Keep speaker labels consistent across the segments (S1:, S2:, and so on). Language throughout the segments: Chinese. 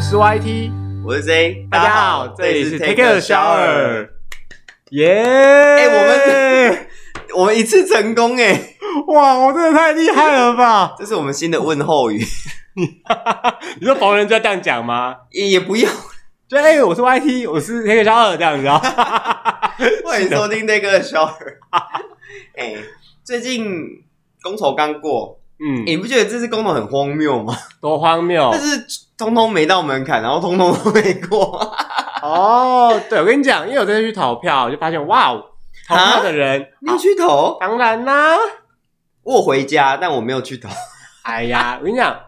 S1: 是 YT，
S2: 我是 Z，
S1: 大家好，这里是 Take a Shower。耶！
S2: 哎 我们一次成功哎、
S1: 我们 哇，我真的太厉害了吧！
S2: 这是我们新的问候语，
S1: 你说逢人就要这样讲吗？
S2: 也 也不要。
S1: 就哎、我是 YT，我是 Take a Shower 这样子啊。
S2: 欢迎收听 Take a Shower。哎、最近公投刚过，
S1: 嗯，
S2: 你不觉得这次公投很荒谬吗？
S1: 多荒谬
S2: 但是通通没到门槛，然后通通都没 过。
S1: 哦！对，我跟你讲，因为我这次去投票，我就发现哇，哦，投票的人，啊
S2: 你有去投？
S1: 当然啦、
S2: 我回家，但我没有去投。
S1: 哎呀，我跟你讲，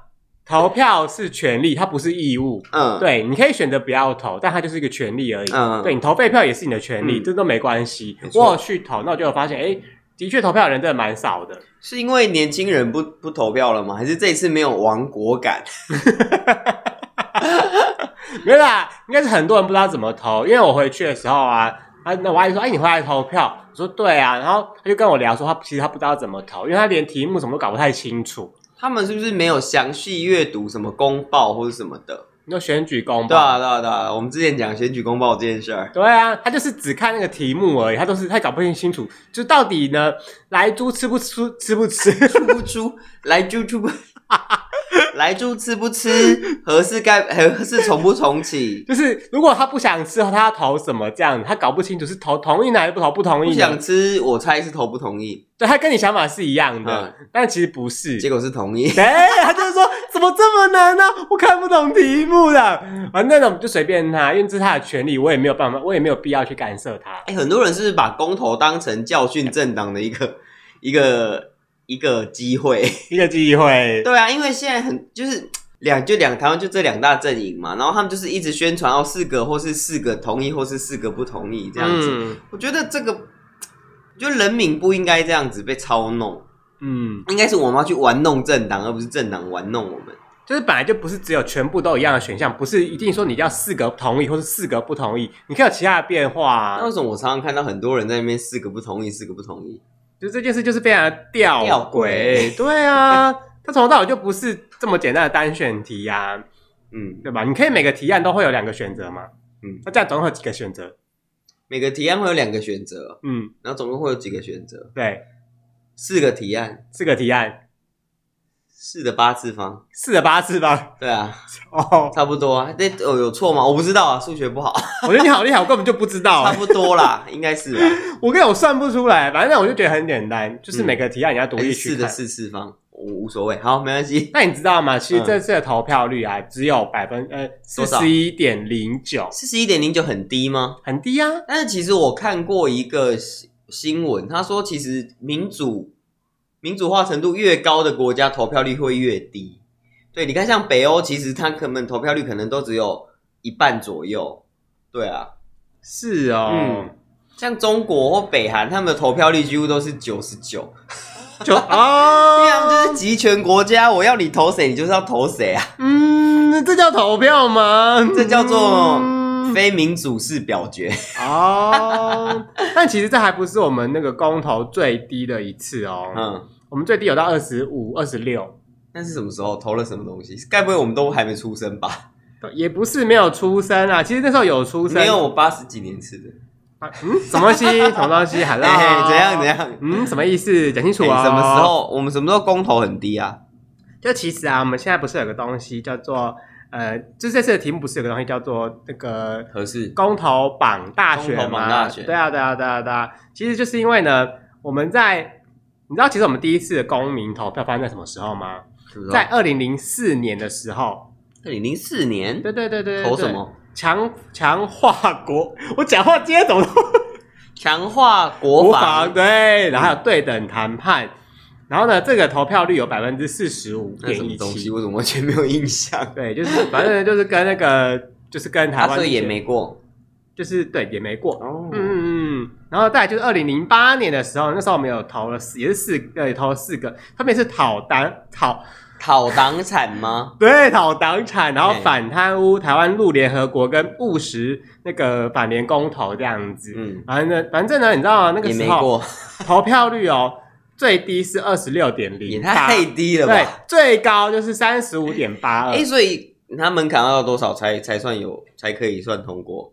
S1: 投票是权利，它不是义务。
S2: 嗯，，
S1: 对，你可以选择不要投，但它就是一个权利而已。
S2: 嗯，
S1: 对你投废票也是你的权利，
S2: 嗯
S1: 这都没关系
S2: 没。错
S1: 我有去投，那我就有发现，哎，的确投票的人真的蛮少的。
S2: 是因为年轻人不不投票了吗？还是这一次没有亡国感？
S1: 没有啦，应该是很多人不知道怎么投，因为我回去的时候啊，啊，那我阿姨说，哎，你回来投票？我说对啊，然后他就跟我聊说，他其实他不知道怎么投，因为他连题目什么都搞不太清楚。
S2: 他们是不是没有详细阅读什么公报或者什么的？
S1: 那选举公
S2: 对
S1: 报，
S2: 啊，对啊，对啊，我们之前讲选举公报这件 事儿，
S1: 对啊，他就是只看那个题目而已，他都是他搞不清楚，就到底呢，来猪吃不吃吃不吃？
S2: 出不出？来猪 出不？来猪吃不吃？合适该合适重不重启？
S1: 就是如果他不想吃，他要投什么这样，他搞不清楚是投同意呢还是不投不同
S2: 不
S1: 意
S2: 想
S1: 呢？
S2: 吃，我猜是投不同意，
S1: 对他跟你想法是一样的，但其实不是。
S2: 嗯结果是同意。
S1: 对，他就是说怎么这么难呢、啊我看不懂题目的。啊，那种就随便他，因为这是他的权利，我也没有办法，我也没有必要去干涉他。
S2: 哎、很多人是不是把公投当成教训政党的一个一个一个机会？
S1: 一个机会，
S2: 对啊，因为现在很就是两就两台湾就这两大阵营嘛，然后他们就是一直宣传哦四个或是四个同意或是四个不同意
S1: 这
S2: 这样
S1: 样
S2: 子。
S1: 子，
S2: 我觉得这个，就人民不应该这样子被操弄，
S1: 嗯，
S2: 应该是我们要去玩弄政党，而不是政党玩弄我们。
S1: 就是本来就不是只有全部都一样的选项，不是一定说你要四个同意或是四个不同意，你可以有其他的变化、啊
S2: 那为。什么我常常看到很多人在那边四个不同意，四个不同意？
S1: 就这件事就是非常的吊
S2: 吊诡
S1: 诡，对啊， 它从头到尾就不是这么简单的单选题呀、啊，
S2: 嗯，
S1: 对吧？你可以每个提案都会有两个选择嘛，
S2: 嗯
S1: 嗯，那这样总共有几个选择？
S2: 每个提案会有两个选择，
S1: 嗯，
S2: 然后总共会有几个选择？
S1: 对，
S2: 四个提案，
S1: 四个提案，
S2: 四的八次方。
S1: 四的八次吧。
S2: 对啊，
S1: 哦，
S2: 差不多啊。那哦有错吗？我不知道啊，数学不好，
S1: 我觉得你 好厉害，我根本就不知道
S2: 差。不多啦，应该是啊。
S1: 我跟你讲我算不出来，反正我就觉得很简单，就是
S2: 嗯
S1: 每个提案你要独
S2: 还是
S1: 立
S2: 四
S1: 去
S2: 的
S1: 看。
S2: 四次方，我无所谓。好，没关系。
S1: 那你知道吗？其实
S2: 嗯
S1: 这次的投票率啊，只有百分呃四
S2: 多少
S1: 十一点零九，
S2: 四十一点零九很低吗？
S1: 很低啊。
S2: 但是其实我看过一个新新闻，他说其实民主民主化程度越高的国家，投票率会越低。对，你看像北欧，其实他可能投票率可能都只有一半左右。对啊，
S1: 是哦，
S2: 像中国或北韩，他们的投票率几乎都是九十九，
S1: 就
S2: 因为他们
S1: 哦，
S2: 就是集权国家，我要你投谁，你就是要投谁啊，
S1: 嗯，这叫投票吗？
S2: 这叫做
S1: 嗯
S2: 非民主式表决。
S1: 哦。但其实这还不是我们那个公投最低的一次哦。
S2: 嗯，
S1: 我们最低有到二十五、二十六。
S2: 那是什么时候投了什么东西？该不会我们都还没出生吧？
S1: 也不是没有出生啊，其实那时候有出生。
S2: 没有，我八十几年次的。
S1: 啊，嗯，什 么东西？什么东西？Hello，
S2: 哎、怎样怎？样？
S1: 嗯，什么意思？讲清楚
S2: 哎
S1: 啊、
S2: 什么时？候？我们什么时候公投很低啊？
S1: 就其实啊，我们现在不是有个东西叫做呃，就这次的题目不是有个东西叫做那个
S2: 合适。
S1: 公投榜大选
S2: 公
S1: 吗？
S2: 投榜大选
S1: 对啊，对啊，对啊，对啊。其实就是因为呢，我们在你知道，其实我们第一次的公民投票发生在什么时候吗？在
S2: 在
S1: 二零零四年的时候。
S2: 二零零四年
S1: 对对对对对对
S2: 投什？么？
S1: 强强化国，我讲话今天怎么都
S2: 强化国
S1: 国
S2: 防
S1: 防。对，然后还有对等谈判，然后呢，这个投票率有百分之四十五
S2: 那
S1: 点
S2: 什么
S1: 一
S2: 东西？
S1: 七，
S2: 我怎么完全没有印象？
S1: 对，就是反正就是跟那个就是跟 台
S2: 啊，
S1: 湾
S2: 所
S1: 那
S2: 以也
S1: 些
S2: 没过。
S1: 就是对也没过，
S2: 哦
S1: 嗯嗯嗯，然后再来就是二零零八年的时候，那时候我们有投了四，也是四个，也投了四个，分别是讨党讨
S2: 讨党产吗？
S1: 对讨党产，然后
S2: 嘿
S1: 反贪污、台湾入联合国跟务实那个反联公投这样子，
S2: 嗯，
S1: 反正反正呢，你知道吗？那个
S2: 也
S1: 时
S2: 没
S1: 候嗯
S2: 过，
S1: 投票率哦，最低是二十六点
S2: 也
S1: 零八，
S2: 太低了
S1: 对
S2: 吧？，
S1: 最高就是三十五点八二
S2: 哎、。所以它门槛要到多少才才算有才可以算通过？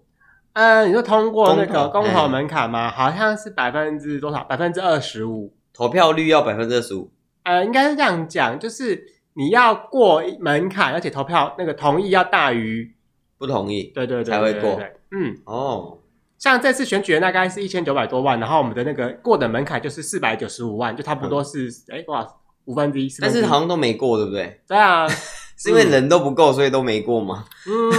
S1: 嗯，你说通过那个
S2: 公投
S1: 公投
S2: 嗯
S1: 门槛吗？好像是百分之多少？百分之二十五。
S2: 投票率要百分之二十五，
S1: 呃，应该是这样讲，就是你要过门槛，而且投票那个同意要大于，
S2: 不同意
S1: 对对对
S2: 才会
S1: 对对
S2: 过
S1: 对嗯，
S2: 哦。
S1: 像这次选举的大概是一千九百多万，然后我们的那个过的门槛就是四百九十五万，就差不多是哎、多少五分之一，四分
S2: 嗯但
S1: 之一
S2: 是好像都没过，对不对？
S1: 对啊，
S2: 是因为人都不够，所以都没过吗？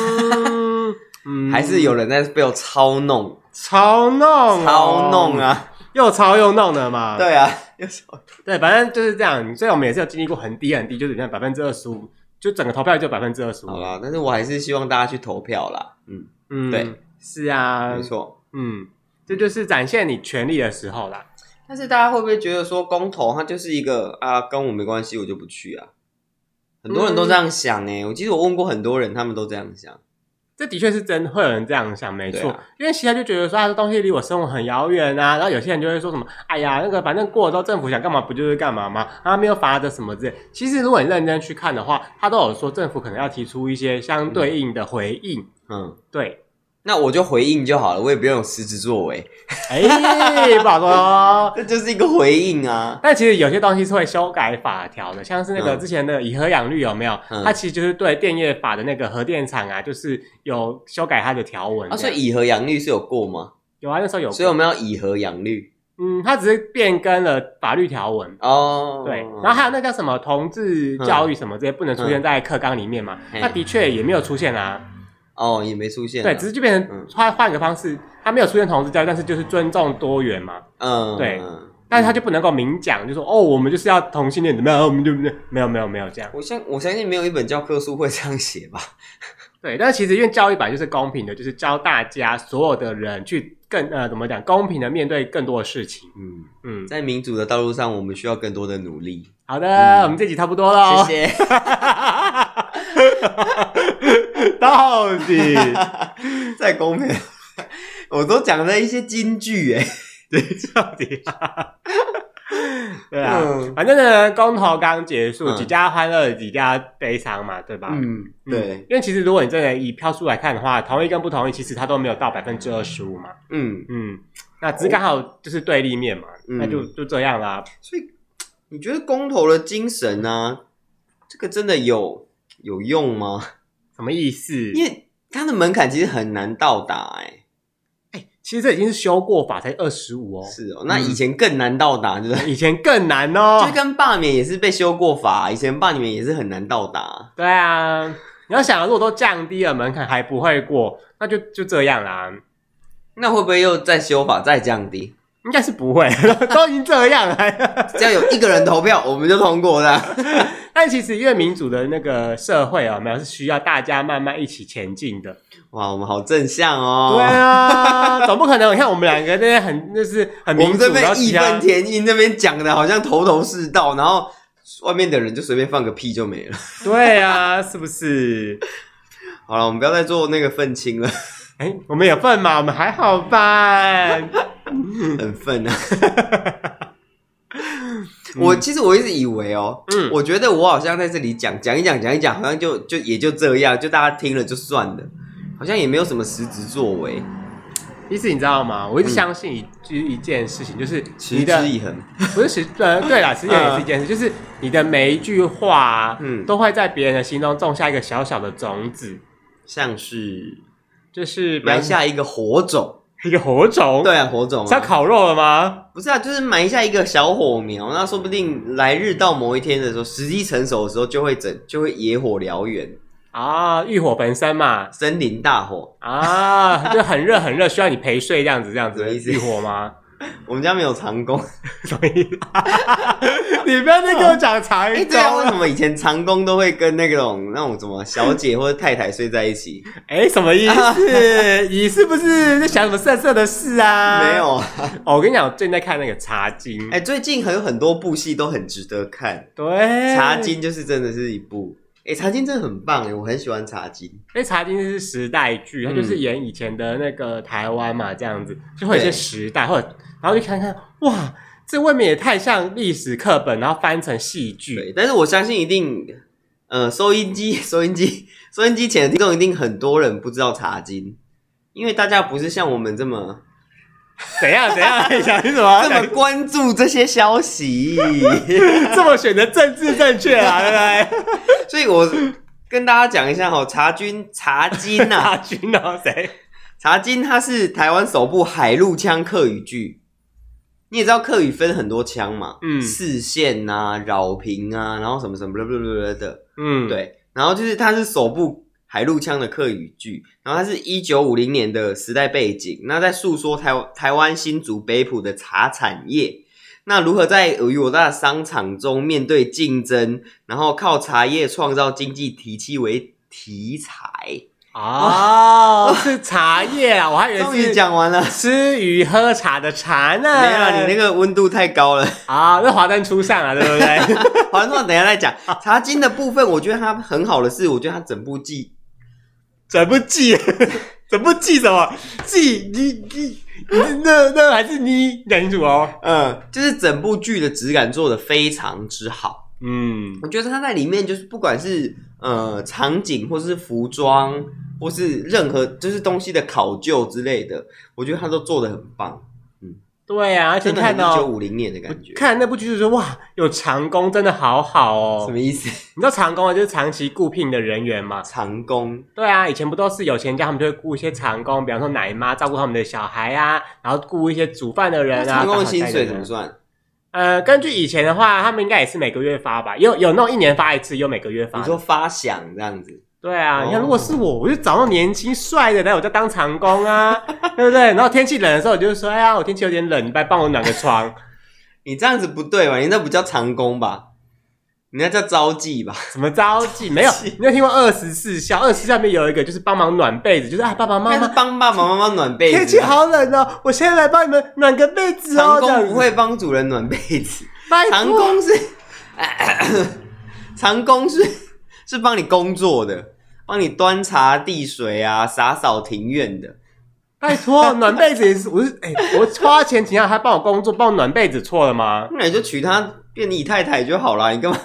S1: 嗯嗯，
S2: 还是有人在背后操弄、
S1: 操弄、哦
S2: 哦操弄，啊？
S1: 又操又弄的嘛，
S2: 对啊，有时候
S1: 对，反正就是这样，所以我们也是有经历过很低很低，就是你看百分之二十五，就整个投票就百分之二十五，
S2: 好啦，但是我还是希望大家去投票啦。嗯，
S1: 嗯，
S2: 对，
S1: 是啊
S2: 没，错。
S1: 嗯，这就是展现你权力的时候啦。
S2: 但是大家会不会觉得说公投它就是一个啊，跟我没关系，我就不去啊？很多人都这样想哎、我其实我问过很多人，他们都这样想。
S1: 这的确是真，会有人这样想，没错。
S2: 对啊
S1: 因为其他就觉得说，啊，这东西离我生活很遥远啊。然后有些人就会说什么，哎呀，那个反正过了之后，政府想干嘛不就是干嘛嘛，啊，没有罚的什么之类。其实如果你认真去看的话，他都有说政府可能要提出一些相对应的回应。
S2: 嗯，
S1: 对，
S2: 那我就回应就好了，我也不用有实质作为，
S1: 哎，不好说哦。
S2: 这就是一个回应啊。
S1: 但其实有些东西是会修改法条的，像是那个
S2: 嗯
S1: 之前的以核养绿有没有？
S2: 嗯
S1: 它其实就是对电业法的那个核电厂啊，就是有修改它的条文这样。
S2: 啊，所以以和养绿是有过吗？
S1: 有啊，那时候有。
S2: 所以我们要以和养绿
S1: 嗯，它只是变更了法律条文。
S2: 哦。
S1: 对，然后还有那叫什么同志教育什么这些不能出现在课纲里面嘛，
S2: 嗯
S1: 那的确也没有出现啊。
S2: 哦也没出现啊、
S1: 对，只是就变成
S2: 嗯
S1: 换换个方式，它没有出现同志教育，但是就是尊重多元嘛。
S2: 嗯
S1: 对
S2: 嗯
S1: 但是他就不能够明讲，就说哦，我们就是要同性恋怎么样，哦我们就不没有没有没有这样。
S2: 我相我相信没有一本教科书会这样写吧？
S1: 对，但是其实因为教育本来就是公平的，就是教大家所有的人去更呃怎么讲，公平的面对更多的事情。
S2: 嗯，
S1: 嗯，
S2: 在民主的道路上，我们需要更多的努力。
S1: 好的，
S2: 嗯
S1: 我们这集差不多了、哦，
S2: 谢 谢。
S1: 到底
S2: 在公平， 我都讲了一些金句哎。
S1: 到底、啊，对啊。
S2: 嗯
S1: 反正呢，公投刚结束，
S2: 嗯
S1: 几家欢乐几家悲伤嘛，对吧？嗯，
S2: 嗯，对，
S1: 因为其实如果你真的以票数来看的话，同意跟不同意，其实它都没有到百分之二十五嘛。
S2: 嗯，
S1: 嗯，那只是刚好就是对立面嘛，
S2: 嗯
S1: 那就就这样啦。
S2: 所以你觉得公投的精神呢、这个真的有有用吗？
S1: 什么意思？
S2: 因为它的门槛其实很难到达哎。
S1: 其实这已经是修过法才二十五哦，
S2: 是哦，那以前更难到达，就是
S1: 以前更难哦
S2: 就。跟罢免也是被修过法，以前罢免也是很难到达。
S1: 对啊，你要想，如果都降低了门槛还不会过，那就就这样啦。
S2: 那会不会又再修法再降低？
S1: 应该是不会， 都已经这样了。
S2: 只要有一个人投票，我们就通过了。
S1: 但其实因为民主的那个社会啊，没有是需要大家慢慢一起前进的。
S2: 哇，我们好正向哦。
S1: 对啊， 总不可能你看我们两个那些很就是很
S2: 我
S1: 民
S2: 们
S1: 主，
S2: 这
S1: 然后
S2: 边
S1: 其
S2: 义
S1: 他
S2: 愤填膺，那边讲的好像头头是道，然后外面的人就随便放个屁就没了。
S1: 对啊，是不是？
S2: 好了，我们不要再做那个愤青了，
S1: 哎、我们有份嘛，我们还好吧？
S2: 很愤啊。啊 我其实我一直以为哦，
S1: 嗯
S2: 我觉得我好像在这里讲讲一讲讲一讲，好像就就也就这样，就大家听了就算了，好像也没有什么实质作为，
S1: 其实你知道吗？我一直相信一、一一件事情，就是
S2: 嗯持
S1: 你的
S2: 之以恒。
S1: 不是时呃对 啦，时间也是一件事，就是你的每一句话、啊，
S2: 嗯
S1: 都会在别人的心中种下一个小小的种子，
S2: 像是
S1: 就是比方
S2: 埋下一个火种，
S1: 一个火种。
S2: 对，啊，火种、
S1: 是要
S2: 啊，
S1: 烤肉了吗？
S2: 不是啊，就是埋下一个小火苗，那说不定来日到某一天的时候，时机成熟的时候，就会整就会野火燎原，
S1: 啊，欲火焚身嘛，
S2: 森林大火。
S1: 啊，就很热很热，需要你陪睡这样子，这样子
S2: 什么意思
S1: 欲火 吗？
S2: 我们家没有长工，
S1: 什么意思？ 你不要再跟我讲长
S2: 哎、
S1: 一
S2: 对啊，
S1: 招
S2: 为
S1: 了
S2: 什，么以前长工都会跟那种那种什么小姐或者太太睡在一起？
S1: 哎，什么意 思？你是不是在想什么色色的事 啊？
S2: 没有啊，
S1: 哦，我跟你讲，我最近在看那个《茶经》，
S2: 哎、最近还有很多部戏都很值得看，
S1: 对，
S2: 《
S1: 《
S2: 茶经》就是真的是一部，哎、茶经》真的很棒哎，我很喜欢《茶经》。
S1: 因为《茶经》是时代剧，它就是演以前的那个台湾嘛，这样子就会有一些
S2: 嗯对
S1: 时代，或者然后就看看，哇，这未免也太像历史课本，然后翻成戏剧。
S2: 对，但是我相信一定，呃，收音机、收音机、收音机前的听众一定很多人不知道茶经，因为大家不是像我们这么
S1: 怎样怎样？ 你想听什么？
S2: 这么关注这些 消息，
S1: 这么选择政治正确啊，对 不对？
S2: 所以我跟大家讲一下哈，茶君茶啊经 呐、
S1: 查询到哦谁？
S2: 茶经它是台湾首部海陆腔客语剧。你也知道客语分很多腔嘛，
S1: 嗯
S2: 四线啊、饶平啊，然后什么什么的的，
S1: 嗯，，
S2: 对，然后就是它是首部海陆腔的客语剧，然后它是一九五零年的时代背景，那在诉说台台湾新竹北埔的茶产业，那如何在尔虞我诈的商场中面对竞争，然后靠茶叶创造经济体系为题材。
S1: 哦，是茶叶啊，我还以
S2: 终
S1: 为
S2: 于
S1: 是
S2: 讲完了，
S1: 吃鱼喝茶的茶 呢。
S2: 没有啦，你那
S1: 个
S2: 个温度太高了。
S1: 啊，那华灯初上啊，对不对？
S2: 好像说等一下 再讲茶经的部分，我觉得它很好的是，我觉得它整部剧
S1: 怎不记？ 怎不记什么？记你你你那那还是你讲清楚哦。
S2: 嗯，就是整部剧的质感做的非常之好。
S1: 嗯
S2: 我觉得它在里面就是不管是呃场景或是服装或是任何就是东西的考究之类的，我觉得它都做的很棒，，
S1: 对啊，而且
S2: 真的
S1: 看
S2: 很一九
S1: 到
S2: 五零年的感觉。
S1: 看那部剧就说哇，有长工真的好好
S2: 什
S1: 哦
S2: 么。意思？
S1: 你知道长工啊，就是长期雇聘的人员嘛。
S2: 长工
S1: 对啊，以前不都是有钱家他们就会雇一些长工，比方说奶妈照顾他们的小孩啊，然后雇一些煮饭的人
S2: 那
S1: 啊。
S2: 长工的
S1: 打扫家里
S2: 薪水
S1: 人啊
S2: 怎么算？
S1: 呃，根据以前的话，他们应该也是每个月发吧，有有那种一年发一次，有每个月发
S2: 你
S1: 的。
S2: 说发响这样子，
S1: 对啊，你看，
S2: 哦
S1: 如果是我，我就找那种年轻帅的来，我就当长工 啊，对不对？然后天气冷的时候，我就说，哎呀，我天气有点冷，你来帮我暖个 床。
S2: 你这样子不对吧？你那不叫长工吧？你那叫招妓吧？
S1: 什么招妓？没有，你有听过二十四孝？二十四孝里面有一个就是帮忙暖被子，就是啊，爸爸妈
S2: 那是
S1: 妈
S2: 帮爸爸妈妈暖被子。啊
S1: 天气，好冷哦，我现在来帮你们暖个被子哦，
S2: 长
S1: 这样
S2: 工
S1: 子
S2: 不，会帮主人暖被子，
S1: 拜
S2: 长
S1: 托
S2: 工是， 长工是是帮你工作的，帮你端茶递水啊，洒扫庭院的。
S1: 拜 托，暖被子也是，我是哎、我花钱请他，他帮我工作，帮我暖被子，错了吗？
S2: 那你就娶她变你姨太太就好啦，你干嘛？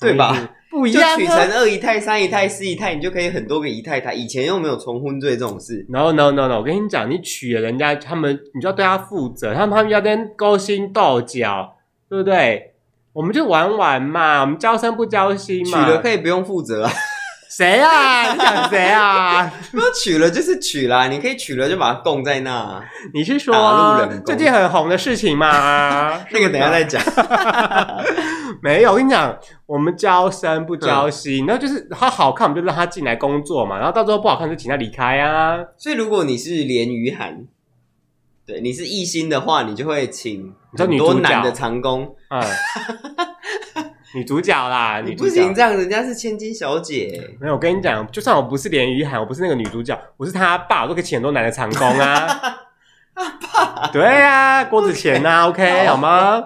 S2: 对吧？？
S1: 不一
S2: 就
S1: 样、啊，
S2: 娶成二姨太、三姨太、四姨太，你就可以很多个姨太太。以前又没有重婚罪这种事，
S1: No no no no！我跟你讲，你娶了人家，他们你就要对他负责，他们他们要跟勾心斗角，对不对？我们就玩玩嘛，我们交身不交心
S2: 娶
S1: 嘛。
S2: 了可以不用负责啊。
S1: 谁啊？你讲谁啊？
S2: 那娶了就是娶啦，你可以娶了就把它供在 那、啊。
S1: 你是
S2: 打入
S1: 说
S2: 冷宫？
S1: 最近很红的事情嘛
S2: 那个等一下再讲。
S1: 啊没有，我跟你讲，我们交身不交
S2: 嗯
S1: 心，然后就是他好看，我们就让他进来工作嘛，然后到最后不好看就请他离开啊。
S2: 所以如果你是连于涵，对，你是艺兴的话，你就会请
S1: 说
S2: 很
S1: 女
S2: 多
S1: 主角
S2: 男的长工。
S1: 嗯， 女嗯主角啦，
S2: 你
S1: 女
S2: 不
S1: 主角
S2: 行这样，人家是千金小姐。
S1: 没有，我跟你讲，就算我不是连于涵，我不是那个女主角，我是她爸，我都可以请很多男的长工 啊。爸，对啊，郭子乾呐、o k 好吗？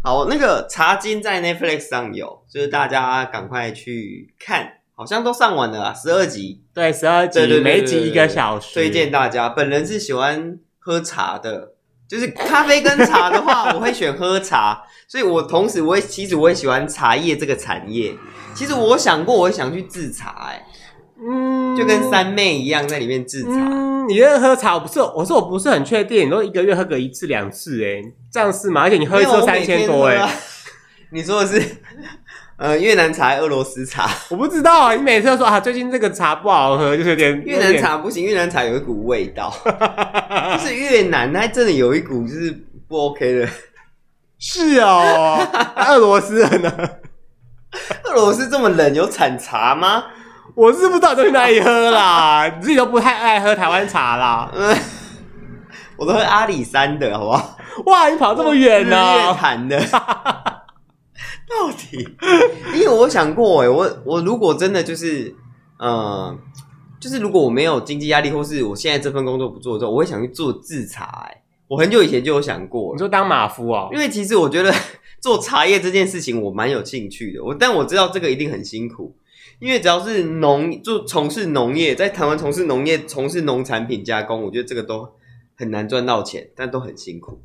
S2: 好，那个《茶经》在 Netflix 上有，就是大家赶快去看，好像都上完了啦，十二集，
S1: 对，十二集
S2: 对对对对，
S1: 每集一个小时，
S2: 推荐大家。本人是喜欢喝茶的。就是咖啡跟茶 的话，我会选喝茶，所以我同时我也其实我也喜欢茶叶这个产业。其实我想过，我想去制茶、哎，
S1: 嗯
S2: 就跟三妹一样在里面制茶。
S1: 嗯，你那个喝茶，我不是，我说我不是很确定，你说一个月喝个一次两次，哎，这样是吗？而且你喝一次
S2: 没有
S1: 都三千多，
S2: 我每
S1: 哎、
S2: 天喝啊 你说的是呃越南茶、俄罗斯茶？
S1: 我不知道啊，你每次都说啊，最近这个茶不好喝，就是有点
S2: 越南，茶不行，越南茶有一股 味道，就是越南它真的有一股就是不 OK 的。
S1: 是 哦，那俄罗斯人呢？
S2: 俄罗斯这么冷，有产茶吗？
S1: 我是不知道你都去哪里喝 啦，你自己都不太爱喝台湾茶啦。
S2: 嗯， 我都喝阿里山的好不好？
S1: 哇，你跑 这么
S2: 日
S1: 远呢、啊
S2: 月潭的。 到底？因为我想过哎、我我如果真的就是，呃，就是如果我没有经济压力，或是我现在这份工作不做之后，我会想去做制茶、欸。我很久以前就有想
S1: 你
S2: 过了，
S1: 说当马夫哦？
S2: 因为其实我觉得 做茶叶这件事情我蛮有兴趣的。我但我知道这个一定很辛苦，因为只要是农就从事农业，在台湾从事农业、从事农产品加工，我觉得这个都很难赚到钱，但都很辛苦。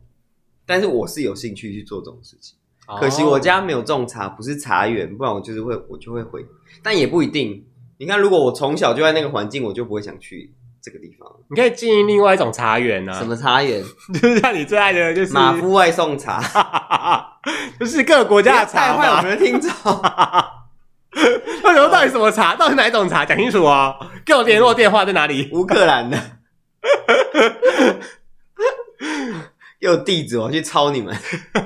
S2: 但是我是有兴趣去做这种事情。
S1: 哦
S2: 可惜我家没有种茶，不是茶园，不然我就是会我就会回，但也不一定。你看，如果我从小就在那个环境，我就不会想去这个地方。
S1: 你可以经营另外一种茶园啊
S2: 什，么茶园？
S1: 就是像你最爱的，就是
S2: 马夫外送茶，
S1: 就是各个国
S2: 不
S1: 家
S2: 要
S1: 的
S2: 带
S1: 茶
S2: 坏我
S1: 吧。
S2: 们的听众。
S1: 那时候到底什么茶？到底哪一种茶？讲清楚哦！给我联络电话在哪里？
S2: 乌克兰的，给我地址，我要去抄你们，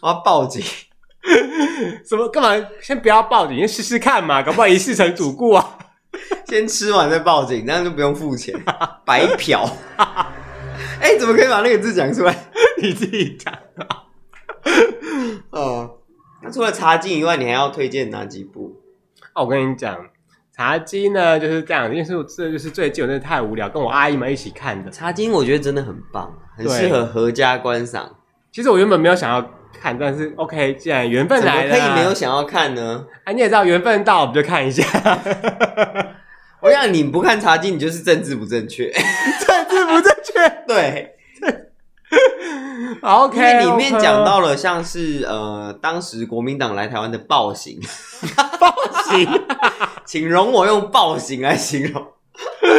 S2: 我要报警。
S1: 什么干嘛？先不要报警，先试试看嘛，搞不好一试成主顾啊！
S2: 先吃完再报警，这样就不用付钱，白嫖。 哎、怎么可以把那个字讲出来？
S1: 你自己讲。
S2: 哦，那除了茶经以外，你还要推荐哪几部？
S1: 哦，我跟你讲，茶几呢就是这样，因为是我这就是最近我真的太无聊，跟我阿姨们一起看的。
S2: 茶经我觉得真的很棒，很
S1: 对
S2: 适合合家观赏。
S1: 其实我原本没有想要看，但是 OK，既然缘分
S2: 怎么
S1: 来了，
S2: 可以没有？想要看呢？
S1: 哎、你也知道缘分到，我们就看一下。
S2: 我想你不看茶经，你就是政治不正 确。
S1: 政治不正确。
S2: 对，
S1: 好
S2: 因为
S1: ，OK，
S2: 里面
S1: OK
S2: 讲到了像是呃，当时国民党来台湾的暴行，
S1: 行，
S2: 请容我用暴行来形容。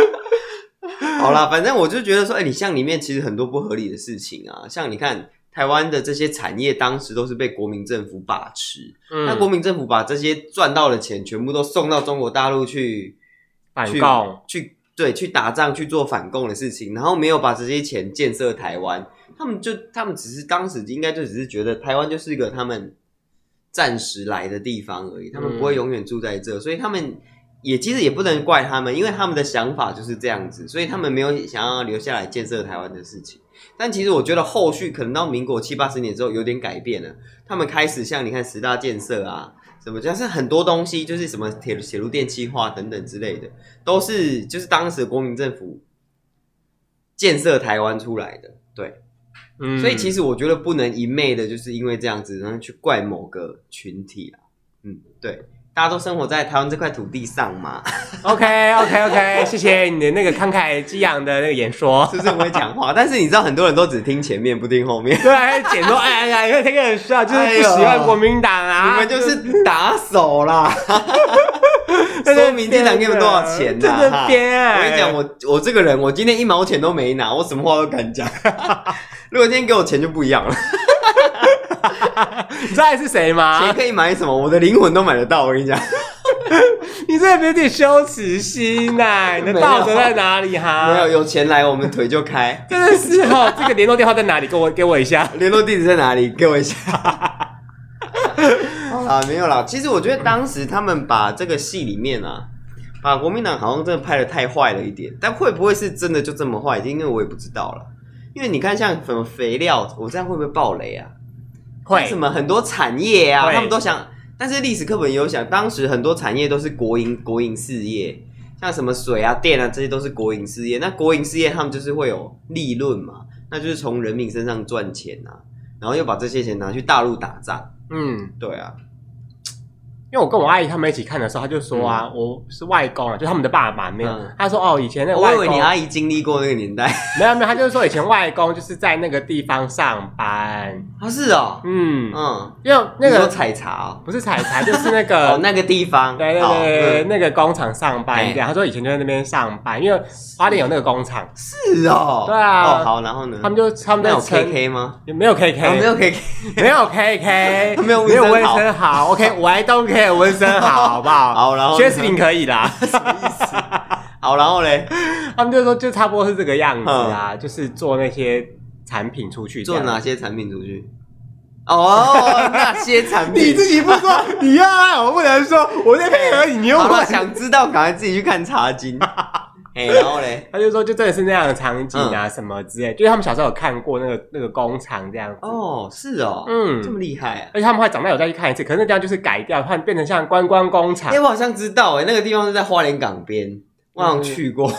S2: 好啦，反正我就觉得说，哎、你像里面其实很多不合理的事情啊，像你看台湾的这些产业，当时都是被国民政府把持，那
S1: 嗯
S2: 国民政府把这些赚到的钱全部都送到中国大陆去
S1: 反
S2: 去
S1: 共，
S2: 去对去打仗去做反共的事情，然后没有把这些钱建设台湾，他们就他们只是当时应该就只是觉得台湾就是一个他们暂时来的地方而已，他们不会永远住在这，所以他们也其实也不能怪他们，因为他们的想法就是这样子，所以他们没有想要留下来建设台湾的事情。但其实我觉得后续可能到民国七八十年之后有点改变了，他们开始像你看十大建设啊，什么像是很多东西就是什么铁铁路电气化等等之类的，都是就是当时的国民政府建设台湾出来的。对，
S1: 嗯
S2: 所以其
S1: 实
S2: 实我觉得不能一昧的，就是因为这样子，然后去怪某个群体啊。嗯，对，大家都生活在台湾这块土地上嘛，
S1: OK OK OK，谢谢你的那个慷慨激昂的那个演说。
S2: 是不是很会讲话？但是你知道，很多人都只听前面，不听 后面。
S1: 对，还是简说，哎呀，因为这个很需要，就是不喜欢国民党啊，
S2: 你们就是打手啦，
S1: 在那
S2: 说明天党给你们多少钱呐、
S1: 在那边
S2: 哈
S1: 哎
S2: 我跟你讲，我我这个人，我今天一毛钱都没拿，我什么话都敢讲。如果今天给我钱就不一样了，
S1: 你知道你是谁
S2: 钱
S1: 吗？
S2: 可以买什么？我的灵魂都买得到。我跟你讲，
S1: 你这有点羞耻心呐、你的道德在哪里
S2: 没有
S1: 哈？
S2: 有钱来，我们腿就开。
S1: 真的是哦，这个联络电话在哪里？给我给我一下。
S2: 联络地址在哪里？给我一下。啊，没有啦。其实我觉得当时他们把这个戏里面啊，把国民党好像真的拍的太坏了一点，但会不会是真的就这么坏？因为我也不知道了。因为你看，像什么肥料，我这样会不会爆雷啊？
S1: 会
S2: 什么很多产业啊，
S1: 会
S2: 他们都想，但是历史课本也有想，当时很多产业都是国营国营事业，像什么水啊、电啊，这些都是国营事业。那国营事业他们就是会有利润嘛，那就是从人民身上赚钱啊，然后又把这些钱拿去大陆打仗。
S1: 嗯。
S2: 对啊，
S1: 因为我跟我阿姨他们一起看的时候，她就说啊，我是外公啊，就他们的爸爸那样。
S2: 嗯
S1: 她说哦，以前那个
S2: 我
S1: 外
S2: 以
S1: 公，
S2: 为你阿姨经历过那个年代
S1: 没有没有，她就是说以前外公就是在那个地方上班，
S2: 啊，是哦，
S1: 嗯，
S2: 嗯，
S1: 因为那
S2: 你说
S1: 个
S2: 采茶哦，
S1: 不是采 茶，就是那个
S2: 哦，那个地方，
S1: 对对
S2: 好
S1: 对对，
S2: 嗯哎
S1: 那个工厂上班
S2: 嘿
S1: 这样。他说以前就在那边上班，因为花莲有那个工厂，
S2: 是哦，
S1: 对啊
S2: 哦，好，然后呢？
S1: 他们就他们
S2: 那
S1: 在
S2: 有
S1: 称
S2: KK 吗？
S1: 也没有 KK，
S2: 啊，没有 KK，
S1: 没有 KK，
S2: 没有
S1: 没有
S2: 温
S1: 温
S2: 森豪
S1: 森豪，OK，我还 don't care 温森豪，好不好？
S2: 好然后呢
S1: 薛世林可以啦。
S2: 好，然后嘞，
S1: 他们就说就差不多是这个样子啊，就是做那些产品出去这
S2: 嗯做
S1: 样。
S2: 哪些产品出去？ 哦，那些产品。
S1: 你自己不说，你要爱我不能说，我在配合你，你又
S2: 好了，
S1: 问。
S2: 想知道赶快自己去看 茶经。哎，然后嘞，
S1: 他就说，就真的是那样的场景
S2: 嗯
S1: 啊，什么之类，就是他们小时候有看过那个那个工厂这样子。
S2: 哦，是哦，
S1: 嗯
S2: 这么厉害啊！
S1: 而且他们后来长大有再去看一次，可是那地方就是改掉，换变成像观光工厂
S2: 哎，。我好像知道，哎，那个地方是在花莲港边，我好像
S1: 嗯
S2: 去 过，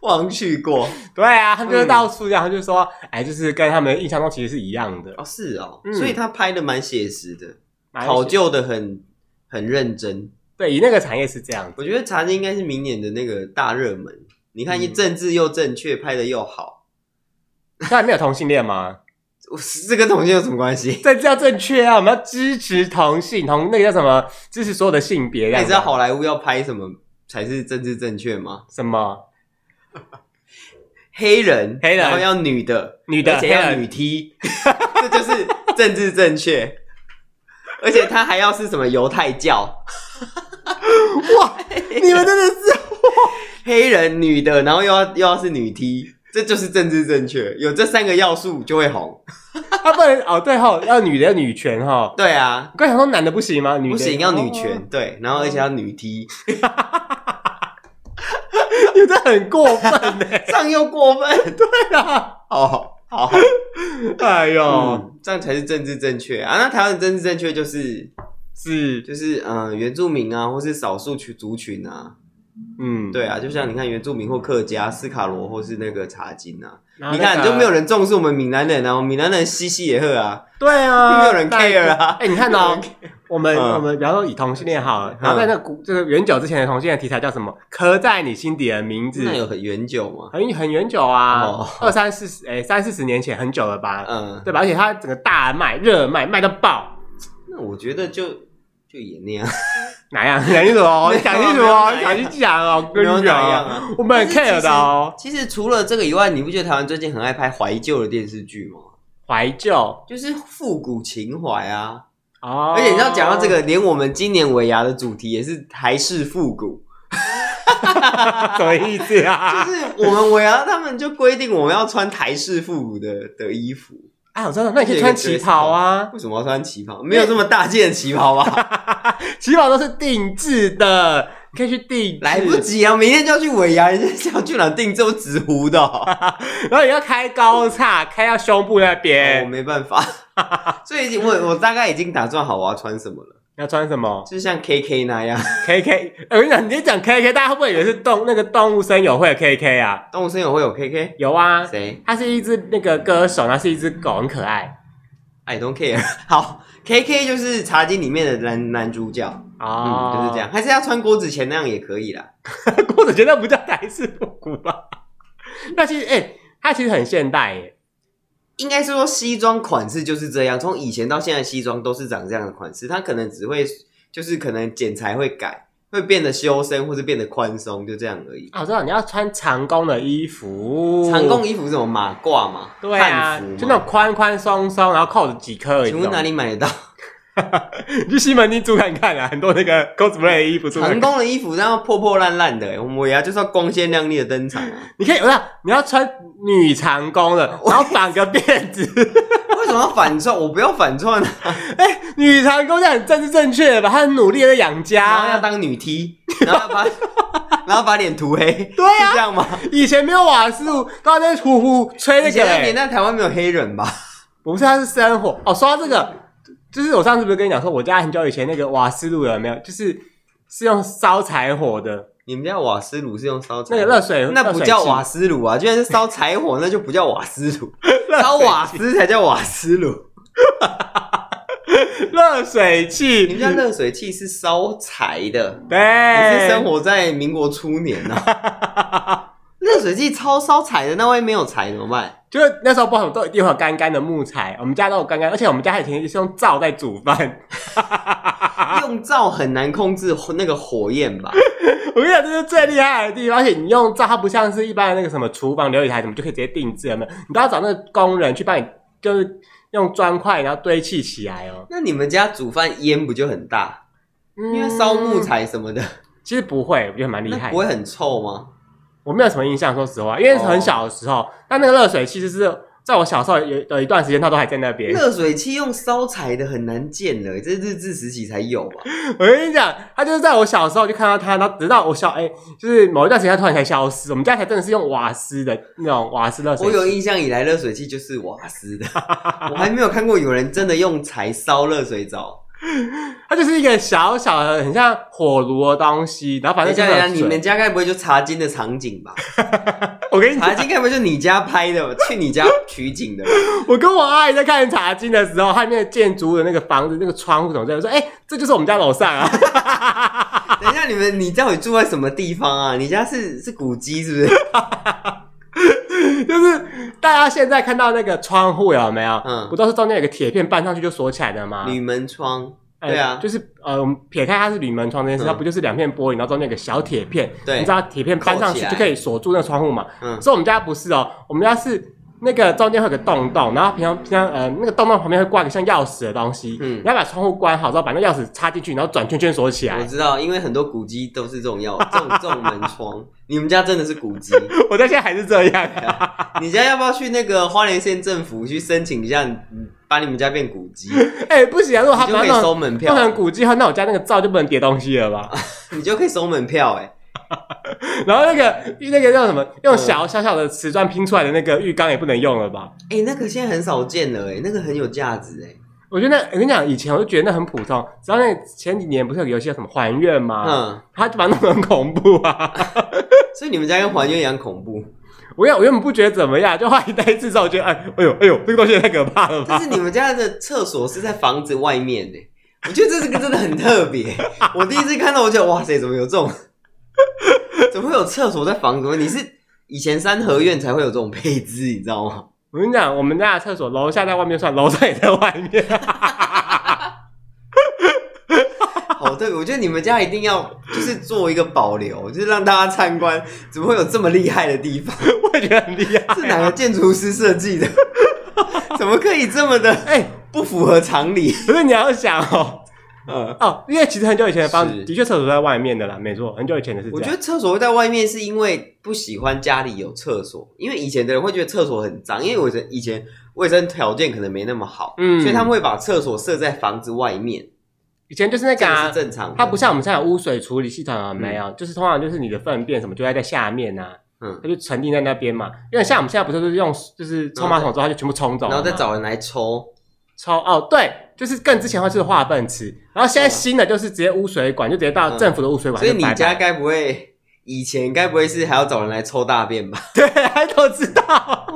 S2: 我好像去过。
S1: 对啊，他们就是到处这样，他就说，哎，就是跟他们印象中其实是一样的，
S2: 哦，是哦，
S1: 嗯
S2: 所以他拍的蛮写实的，
S1: 蛮
S2: 考究的很很认真。
S1: 对，以那个产业是这样子。
S2: 我觉得茶经应该是明年的那个大热门。你看，
S1: 嗯
S2: 政治又正确，拍的又好。
S1: 那你没有同性恋吗？
S2: 我这跟同性有什么 关系？
S1: 这这要正确啊！我们要支持同性同那个叫什么？支持所有的性别，
S2: 那
S1: 这
S2: 哎
S1: 样
S2: 你知
S1: 子
S2: 道好莱坞要拍什么才是政治正确吗？
S1: 什么？
S2: 黑人，
S1: 黑人
S2: 然后要女的，
S1: 女的
S2: 而且要
S1: 黑人
S2: 女 T，这 就是政治正确。而且他还要是什么犹太教，
S1: 你们真的是
S2: 黑人女的，然后又要又要是女 T，这就是政治正确。有这三个要素就会红。
S1: 他不能哦，对哈，要女的要女权哈。
S2: 对啊，
S1: 我刚想说男的不行吗？女的
S2: 不行要女
S1: 哦
S2: 权，对，然后而且要女 T，
S1: 你这哦很过分呢、
S2: 这样又过分。对，
S1: 啊！
S2: 哦，好，
S1: 哎呦，
S2: 嗯，这样才是政治正确啊。那台湾的政治正确就是
S1: 是，
S2: 就是嗯、呃原住民啊，或是少数群族群啊，
S1: 嗯，
S2: 对啊，就像你看原住民或客家、斯卡罗或是那个茶金啊，
S1: 然后
S2: 你
S1: 那个
S2: 看就没有人重视我们闽南人啊，我们闽南人嘻嘻也喝啊，
S1: 对啊，
S2: 没有人 care 啊
S1: 哎、你看哦
S2: 没有，
S1: 我们、
S2: 嗯
S1: 我们比方说以同性恋好了，然后在那个古这个远久之前的同性恋题材叫什么？刻在你心底的名字，
S2: 那有很远久吗？
S1: 很很远久啊，
S2: 哦
S1: 二三四十哎三四十年前很久了吧？
S2: 嗯，
S1: 对吧？而且它整个大卖热卖卖到爆。
S2: 那我觉得就就 也那样，
S1: 哪样？讲清楚哦，
S2: 没 有啊
S1: 讲清楚哦，
S2: 没有哪
S1: 讲
S2: 样
S1: 去讲哦，
S2: 没
S1: 跟
S2: 有
S1: 你
S2: 哪
S1: 讲
S2: 样
S1: 哦，
S2: 啊。
S1: 我们很
S2: 但是其实
S1: care 的哦。
S2: 其实除了这个以外，你不觉得台湾最近很爱拍怀旧的电视剧吗？
S1: 怀旧
S2: 就是复古情怀啊！
S1: 哦，
S2: 而且你知道，讲到这个，连我们今年尾牙的主题也是还是复古，
S1: 什么意思 啊？
S2: 就是我们尾牙他们就规定我们要穿台式复古的的衣服，
S1: 哎，我知道，那你可以穿旗袍啊，
S2: 为什么要穿旗袍？没有这么大件的旗袍吧？
S1: 旗袍都是定制的，你可以去定制。
S2: 来不，及啊，明天就要去尾牙，人家是要去哪订这种纸糊的哦、
S1: 然后也要开高叉，开到胸部那
S2: 哦我
S1: 边。
S2: 没办法，所以已经我我大概已经打算好我要穿什么了，
S1: 你要穿什么
S2: 就像 KK 那样，
S1: ？K K，我跟你讲，你直接讲 K K，大家会不会以为是动那个动物森友会的 K K 啊？
S2: 动物森友会有 KK
S1: 有啊，
S2: 谁
S1: 它是一只那个歌手，它是一只狗，很可爱
S2: ？I don't care 好。KK 就是茶几里面的男男主角，
S1: 哦
S2: 嗯，，就是这样，。还是要穿锅子前那样也可以啦。
S1: 或者觉得不叫台式复古吧？ 那其实，哎、它其实很现代耶。
S2: 应该是说西装款式就是这样，从以前到现在西装都是长这样的款式，它可能只会就是可能剪裁会改，会变得修身或是变得宽松，就这样而已。
S1: 啊，我知道你要穿长工的衣服，
S2: 长工衣服是什么马褂嘛？
S1: 哦对啊
S2: 汉服，嘛
S1: 就那种宽宽松松，然后扣子几颗而已。
S2: 请问哪
S1: 里？
S2: 里买得到
S1: 你去西门町租看看啊，很多那个 cosplay 的衣服租看
S2: 长
S1: 看。
S2: 工的衣服？然后破破烂烂的、欸我们也要就是要光鲜亮丽的登场啊！
S1: 你可以，我想你要穿女长工 的，然后绑个辫子。 哎
S2: 为什么要反串？我不要反串啊！
S1: 女长工这样很政治正确吧？她很努力的养
S2: 然后要
S1: 家。
S2: 当女 T，然后要把然后把脸涂黑，
S1: 对
S2: 是
S1: 啊
S2: 这，样吗？
S1: 以前没有瓦斯炉，刚才在呼呼吹那个、
S2: 以前那
S1: 欸
S2: 年。代台湾没有黑人吧？
S1: 不是，它是生火。哦，说到这个，就是我上次不是跟你讲说，我家很久以前那个瓦斯炉有没有，就是是用烧柴火的
S2: 你们家瓦斯炉是用烧柴
S1: 那
S2: 火
S1: 个热水，
S2: 哦那不叫瓦
S1: 斯，
S2: 斯炉啊，居然是烧柴火，那就不叫瓦斯 炉，烧瓦斯才叫瓦斯炉。
S1: 热水
S2: 你
S1: 器。
S2: 们家热水器是烧柴的，你
S1: 对，
S2: 是生活在民国初年啊。 热水器超烧柴的，那万一没有柴怎么办？
S1: 就是那时候不好，都一定会有干干的木材，我们家都有干干，而且我们家以前是用灶在煮饭。
S2: 用灶很难控制火那个火焰吧？
S1: 我跟你讲，这是最厉害的地方，而且你用灶，它不像是一般的那个什么厨房琉璃台，什么就可以直接定制了没有？你都要找那个工人去帮你，就是用砖块然后堆砌起来哦。
S2: 那你们家煮饭烟不就很大？因为烧木材什么的，
S1: 其实不会，我觉得蛮厉
S2: 那
S1: 害
S2: 不。会哦很臭吗？
S1: 我没有什么印象，说实话，因为很小的时候，那、那个热水器就是在我小时候有有一段时间，它都还在那边。
S2: 热水器用烧柴的很难见了，这日治时期才有吧？
S1: 我跟你讲，它就是在我小时候就看到它，然后直到我小哎、就是某一段时间它突然才消失。我们家才真的是用瓦斯的那种瓦斯热水
S2: 我
S1: 器。
S2: 有印象以来，热水器就是瓦 斯的，我还没有看过有人真的用柴烧热水澡。
S1: 它就是一个小小的，很像火炉的东西，然后反
S2: 等一
S1: 正就
S2: 下，
S1: 是
S2: 等一
S1: 有
S2: 下，你
S1: 水
S2: 们家该不会就茶金的场景吧？
S1: 我跟你
S2: 茶
S1: 讲，
S2: 金该不会就你家拍的吧？去你家取景的吧？
S1: 我跟我阿姨在看茶经的时候，它里面的建筑的那个房子、那个窗户什么之类的，我说哎、这就是我们家楼上啊。
S2: 等一下，你们你到底住在什么地方啊？你家是是古迹是不是？
S1: 就是大家现在看到那个窗户有没有？
S2: 嗯
S1: 不都是中间有个铁片搬上去就锁起来的吗？
S2: 铝门窗，
S1: 哎
S2: 对啊
S1: 就是呃，我们撇开它是铝门窗这件事，
S2: 嗯
S1: 它不就是两片玻璃，然后中间有个小铁片，
S2: 对
S1: 你知道铁片搬上
S2: 扣起
S1: 去
S2: 来
S1: 就可以锁住那个窗户嘛？
S2: 嗯
S1: 所以我们家不是哦，我们家是那个中间会有个洞洞，然后平常平常呃那个洞洞旁边会挂一个像钥匙的东西，
S2: 嗯
S1: 你要把窗户关好之后，把那钥匙插进去，然后转圈圈锁起
S2: 我
S1: 来。
S2: 知道，因为很多古迹都是这种药，这种这种门窗。你们家真的是古迹？
S1: 我到现在还是这 样、啊，
S2: 你家要不要去那个花莲县政府去申请一下，嗯把你们家变古迹，你
S1: 哎、不行啊！如果他
S2: 就
S1: 把
S2: 可以
S1: 那
S2: 收
S1: 种
S2: 门
S1: 弄成
S2: 票，
S1: 古迹的话，那我家那个灶就不能叠东西了吧？
S2: 你就可以收门票。哎，
S1: 然后那个那个叫什么，用小小小的瓷砖拼出来的那个浴缸也不能用了吧？
S2: 哎，那个现在很少见了，哎，那个很有价值，哎。
S1: 我觉得那我跟你讲，以前我就觉得那很普通，直到那前几年不是有个游戏叫什么还愿吗？
S2: 嗯，
S1: 他就把它弄得很恐怖啊！
S2: 所以你们家跟还愿一样恐怖，
S1: 我原我原本不觉得怎么样，就后来一代制造，我觉得哎哎呦哎呦，这个东西也太可怕了
S2: 但
S1: 吧！
S2: 是你们家的厕所是在房子外面的，我觉得这是个真的很特别。哎我第一次看到，我就哇塞，怎么有这种？怎么会有厕所在房子外？你是以前三合院才会有这种配置，你知道吗？
S1: 我跟你讲，我们家的厕所楼下在外面 算，楼上也在外面。
S2: 好特别，我觉得你们家一定要就是做一个保留，就是让大家参观，怎么会有这么厉害的地方？
S1: 我也觉得很厉害、啊
S2: 是哪个建筑师设计的？ 怎么可以这么的
S1: 哎、
S2: 不符合常理？
S1: 可是你要想哦，
S2: 嗯，
S1: 哦，因为其实很久以前的房子
S2: 是
S1: 的确厕所在外面的啦，没错，很久以前的是这
S2: 我
S1: 样。
S2: 觉得厕所会在外面，是因为不喜欢家里有厕所，因为以前的人会觉得厕所很脏，因为我以前以前卫生条件可能没那么好，
S1: 嗯
S2: 所以他们会把厕所设在房子外面，
S1: 以前就是那
S2: 这
S1: 个、
S2: 个
S1: 啊
S2: 是，正常的。
S1: 它不像我们现在有污水处理系统啊，没有，就是通常就是你的粪便什么就在在下面呐、啊，
S2: 嗯，
S1: 它就沉淀在那边嘛。因为像我们现在不是都是用就是冲马桶之后它就全部冲走了
S2: 然
S1: 嘛，
S2: 后再找人来抽，
S1: 抽哦，对，就是更之前会是化粪池，然后现在
S2: 嗯
S1: 新的就是直接污水管，就直接到政府的污水管，
S2: 所以你
S1: 就拜拜
S2: 家该不会以前该不会是还要找人来抽大便吧？
S1: 对， 还都知道。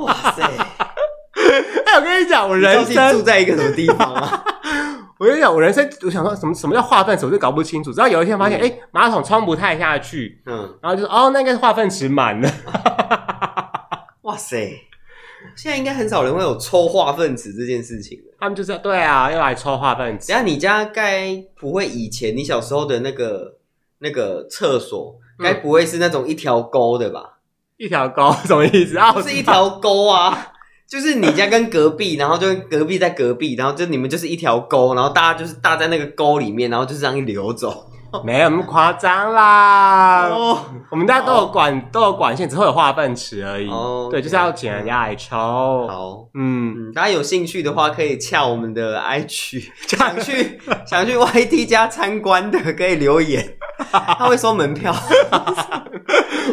S2: 哇塞，
S1: 哎，我跟你讲，我
S2: 你到
S1: 人
S2: 底
S1: 生
S2: 住在一个什么地方啊？
S1: 我跟你讲，我人生我想说什么什么叫化粪池，我就搞不清楚。直到有一天发现，
S2: 嗯
S1: 哎、马桶冲不太下去，
S2: 嗯，
S1: 然后就是哦，那应该是化粪池满了。
S2: 哇塞，现在应该很少人会有抽化粪池这件事情了。
S1: 他们就是对啊，要来抽化粪池
S2: 等一。下你家该不会以前你小时候的那个那个厕所，
S1: 嗯
S2: 该不会是那种一条沟的吧？
S1: 一条沟 什么意思啊？
S2: 不是一条沟啊， 就是你家跟隔壁，然后就隔壁在隔壁，然后就你们就是一条沟，然后大家就是搭在那个沟里面，然后就这样一流走。
S1: 没有那么夸张啦。
S2: 哦，
S1: 我们大家都有管、都有管线，只会有化粪池而已。
S2: 哦
S1: 对，
S2: ，OK
S1: 就是要请人家来抽。
S2: 好。
S1: 嗯，
S2: 嗯，大家有兴趣的话，可以洽我们的 IG，想去想去 YT 家参观的，可以留言，他会收门票。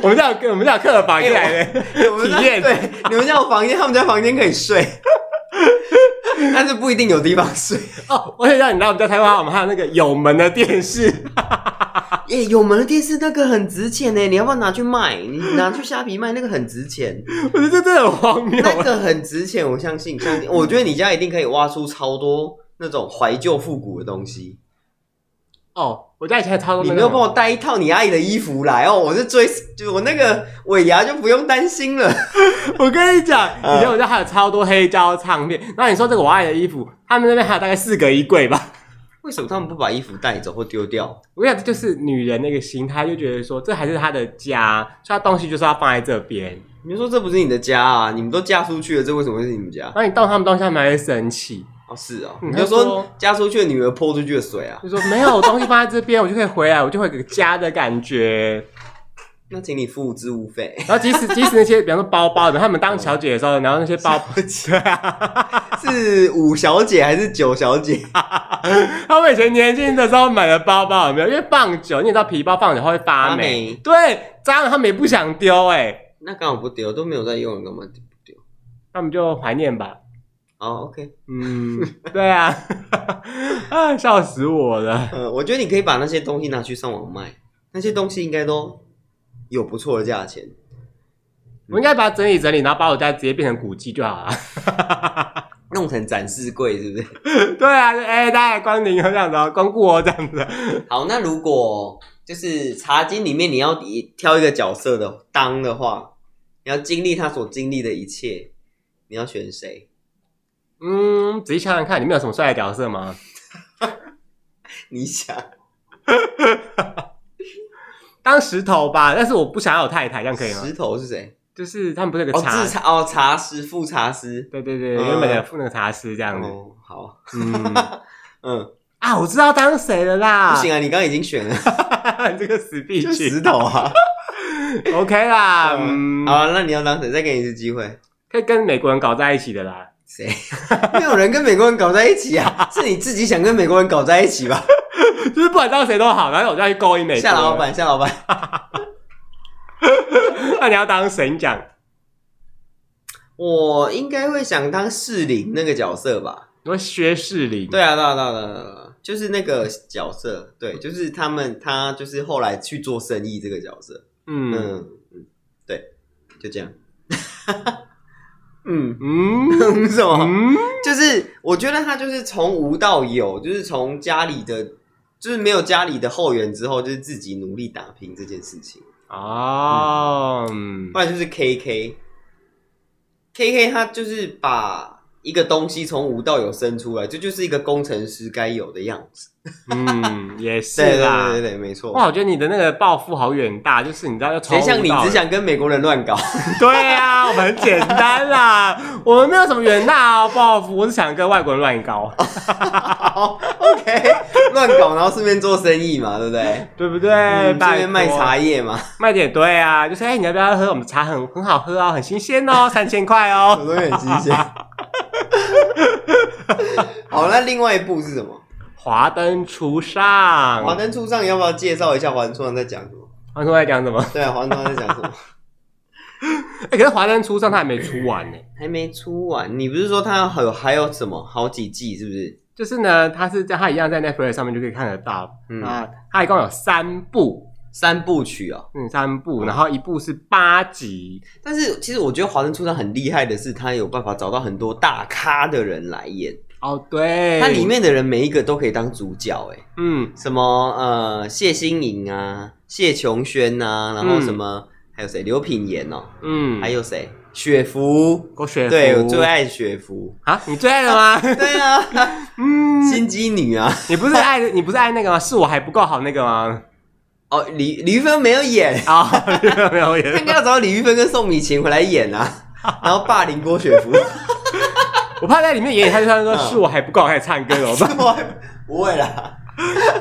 S1: 我们家有我们家有客房进来的，
S2: 哎 我们家
S1: 体验
S2: 对，你们家有房间，他们家房间可以睡， 但是不一定有地方睡。
S1: 哦，我想让你来我们家台湾，我们还有那个有门的电视。
S2: 耶、哎有门的电视那个很值钱呢，你要不要拿去卖？你拿去虾皮卖，那个很值 钱，
S1: 我觉得这真的很荒谬。欸
S2: 那个很值钱，我相信，相信，我觉得你家一定可以挖出超多那种怀旧复古的东西。
S1: 哦，我家以前还超多那
S2: 你
S1: 个。
S2: 没有帮我带一套你阿姨的衣服来哦，我是追，就我那个尾牙就不用担心 了。
S1: 我跟你讲，
S2: 嗯
S1: 以前我家还有超多黑胶唱片。然后你说这个我爱的衣服，他们那边还有大概四个衣柜吧。
S2: 为什么他们不把衣服带走或丢掉？
S1: 我跟你讲，这就是女人那个心态，就觉得说这还是她的家，所以她东西就是要放在这边。
S2: 你就说这不是你的家啊，你们都嫁出去了，这为什么会是你们家
S1: 然？后你动他们东西，他们还会生气，
S2: 哦，是哦，
S1: 嗯
S2: 你就
S1: 他
S2: 说
S1: 说
S2: 嫁出去的女儿泼出去的水啊。
S1: 就说没有我东西放在这边，我就可以回来，我就会有个家的感觉。
S2: 那请你付之物费，
S1: 然后即使 即使那些，比方说包包，他们当小姐的时候，然后那些包包，对啊，
S2: 是五小姐还是九小姐？
S1: 他们以前年轻的时候买的包包有没有？因为放久，你也知道皮包放久会发
S2: 发
S1: 霉
S2: 霉，
S1: 对，蟑螂他们也不想丢哎、
S2: 那刚好不丢，都没有在用，干嘛丢不丢？
S1: 他们就怀念吧。
S2: 哦，OK，
S1: 嗯，对啊， 啊，笑死我了。
S2: 呃，我觉得你可以把那些东西拿去上网卖，那些东西应该都有不错的价钱。
S1: 我应该把它整理整理，然后把我家直接变成古迹就好了。
S2: 弄成展示柜是不是？
S1: 对啊，就哎、大家来光临哦这样子哦，光顾哦这样子。
S2: 好，那如果就是茶经里面你要挑一个角色的当的话，你你要经历他所经历的一切，你要选谁？
S1: 嗯，仔细想想看，里面有什么帅的角色吗？
S2: 你想
S1: 当石头吧，但是我不想要有太太，这样可以吗？
S2: 石头是谁？
S1: 就是他们不是有个
S2: 哦，
S1: 茶，
S2: 制茶哦，茶师副茶师。
S1: 对对对，
S2: 嗯
S1: 原本的那个茶师这样子。
S2: 哦，好，
S1: 嗯
S2: 嗯，
S1: 啊，我知道当谁了啦！
S2: 不行啊，你刚刚已 经选了，
S1: 你这个死必
S2: 就石
S1: 须
S2: 头啊。
S1: OK 啦，
S2: 嗯，
S1: 嗯，
S2: 好啊，那你要当谁？再给你一次机会。
S1: 可以跟美国人搞在一起的啦。
S2: 谁？ 没有人跟美国人搞在一起啊，是你自己想跟美国人搞在一起吧？
S1: 就是不管当谁都好，然后我就要去勾引美国人
S2: 夏老，板，夏老板，
S1: 那你要当神讲，
S2: 我应该会想当士林那个角色吧？
S1: 你说薛士林，
S2: 对啊，对啊，对啊，对啊对啊，就是那个角色，对，就是他们，他就是后来去做生意这个角色，
S1: 嗯
S2: 嗯嗯，对，就这 样，嗯，
S1: 嗯
S2: 什么？
S1: 嗯，
S2: 就是我觉得他就是从无到有，就是从家里的，就是没有家里的后援之后，就是自己努力打拼这件事情。
S1: 哦，嗯
S2: 不然就是 KK。KK 他就是把一个东西从无到有生出来，这就是一个工程师该有的样子。
S1: 嗯，也是
S2: 对
S1: 啦
S2: 对对。对对，没错。
S1: 哇，我觉得你的那个抱负好远大，就是你知道，要从
S2: 哦谁像
S1: 无
S2: 你
S1: 到
S2: 只
S1: 有
S2: 想跟美国人乱搞？
S1: 对啊，我们很简单啦，我们没有什么远大哦抱负，我是想跟外国人乱搞，
S2: 哦好，OK，乱搞，然后顺便做生意嘛，对不对？
S1: 对不对？
S2: 嗯顺
S1: 拜
S2: 便卖
S1: 托
S2: 茶叶嘛，
S1: 卖点对啊，就是哎、你要不要喝？我们茶很很好喝哦，很新鲜哦，三千块
S2: 我
S1: 哦。
S2: 都很新鲜。 好，那另外一部是什么？
S1: 华灯初上，
S2: 华灯初上，要不要介绍一下华灯初上在讲什么？
S1: 华灯初上在讲什么？
S2: 对啊，华灯初上在讲什么？
S1: 哎、可是华灯初上他还没出完呢、
S2: 还没出完，你不是说它还有还有什么好几季是不是？
S1: 就是呢，他是在他一样在 Netflix 上面就可以看得到。
S2: 嗯
S1: 啊，他一共有三部，
S2: 三部曲哦。
S1: 嗯，三部，然后一部是八集，
S2: 但是其实我觉得华灯初上很厉害的是，他有办法找到很多大咖的人来演，
S1: 哦，对，
S2: 它里面的人每一个都可以当主角，哎，
S1: 嗯，
S2: 什么呃谢欣颖啊、谢琼轩啊，然后什么、还有谁？刘品言哦，
S1: 嗯，
S2: 还有谁？雪芙，
S1: 郭雪芙，
S2: 对我最爱雪芙，
S1: 啊，你最爱了吗？
S2: 对啊，
S1: 嗯，
S2: 心机女啊，
S1: 你不是爱 你不是爱那个吗？是我还不够好那个吗？
S2: 哦李李玉芬没有演，
S1: 啊、没有没有
S2: 他
S1: 也
S2: 应该要找李玉芬跟宋美琴回来演啊，然后霸凌郭雪芙。
S1: 我怕在里面演，他就算说
S2: 嗯
S1: 是我还不够 爱唱歌，怎么办？
S2: 我不会啦，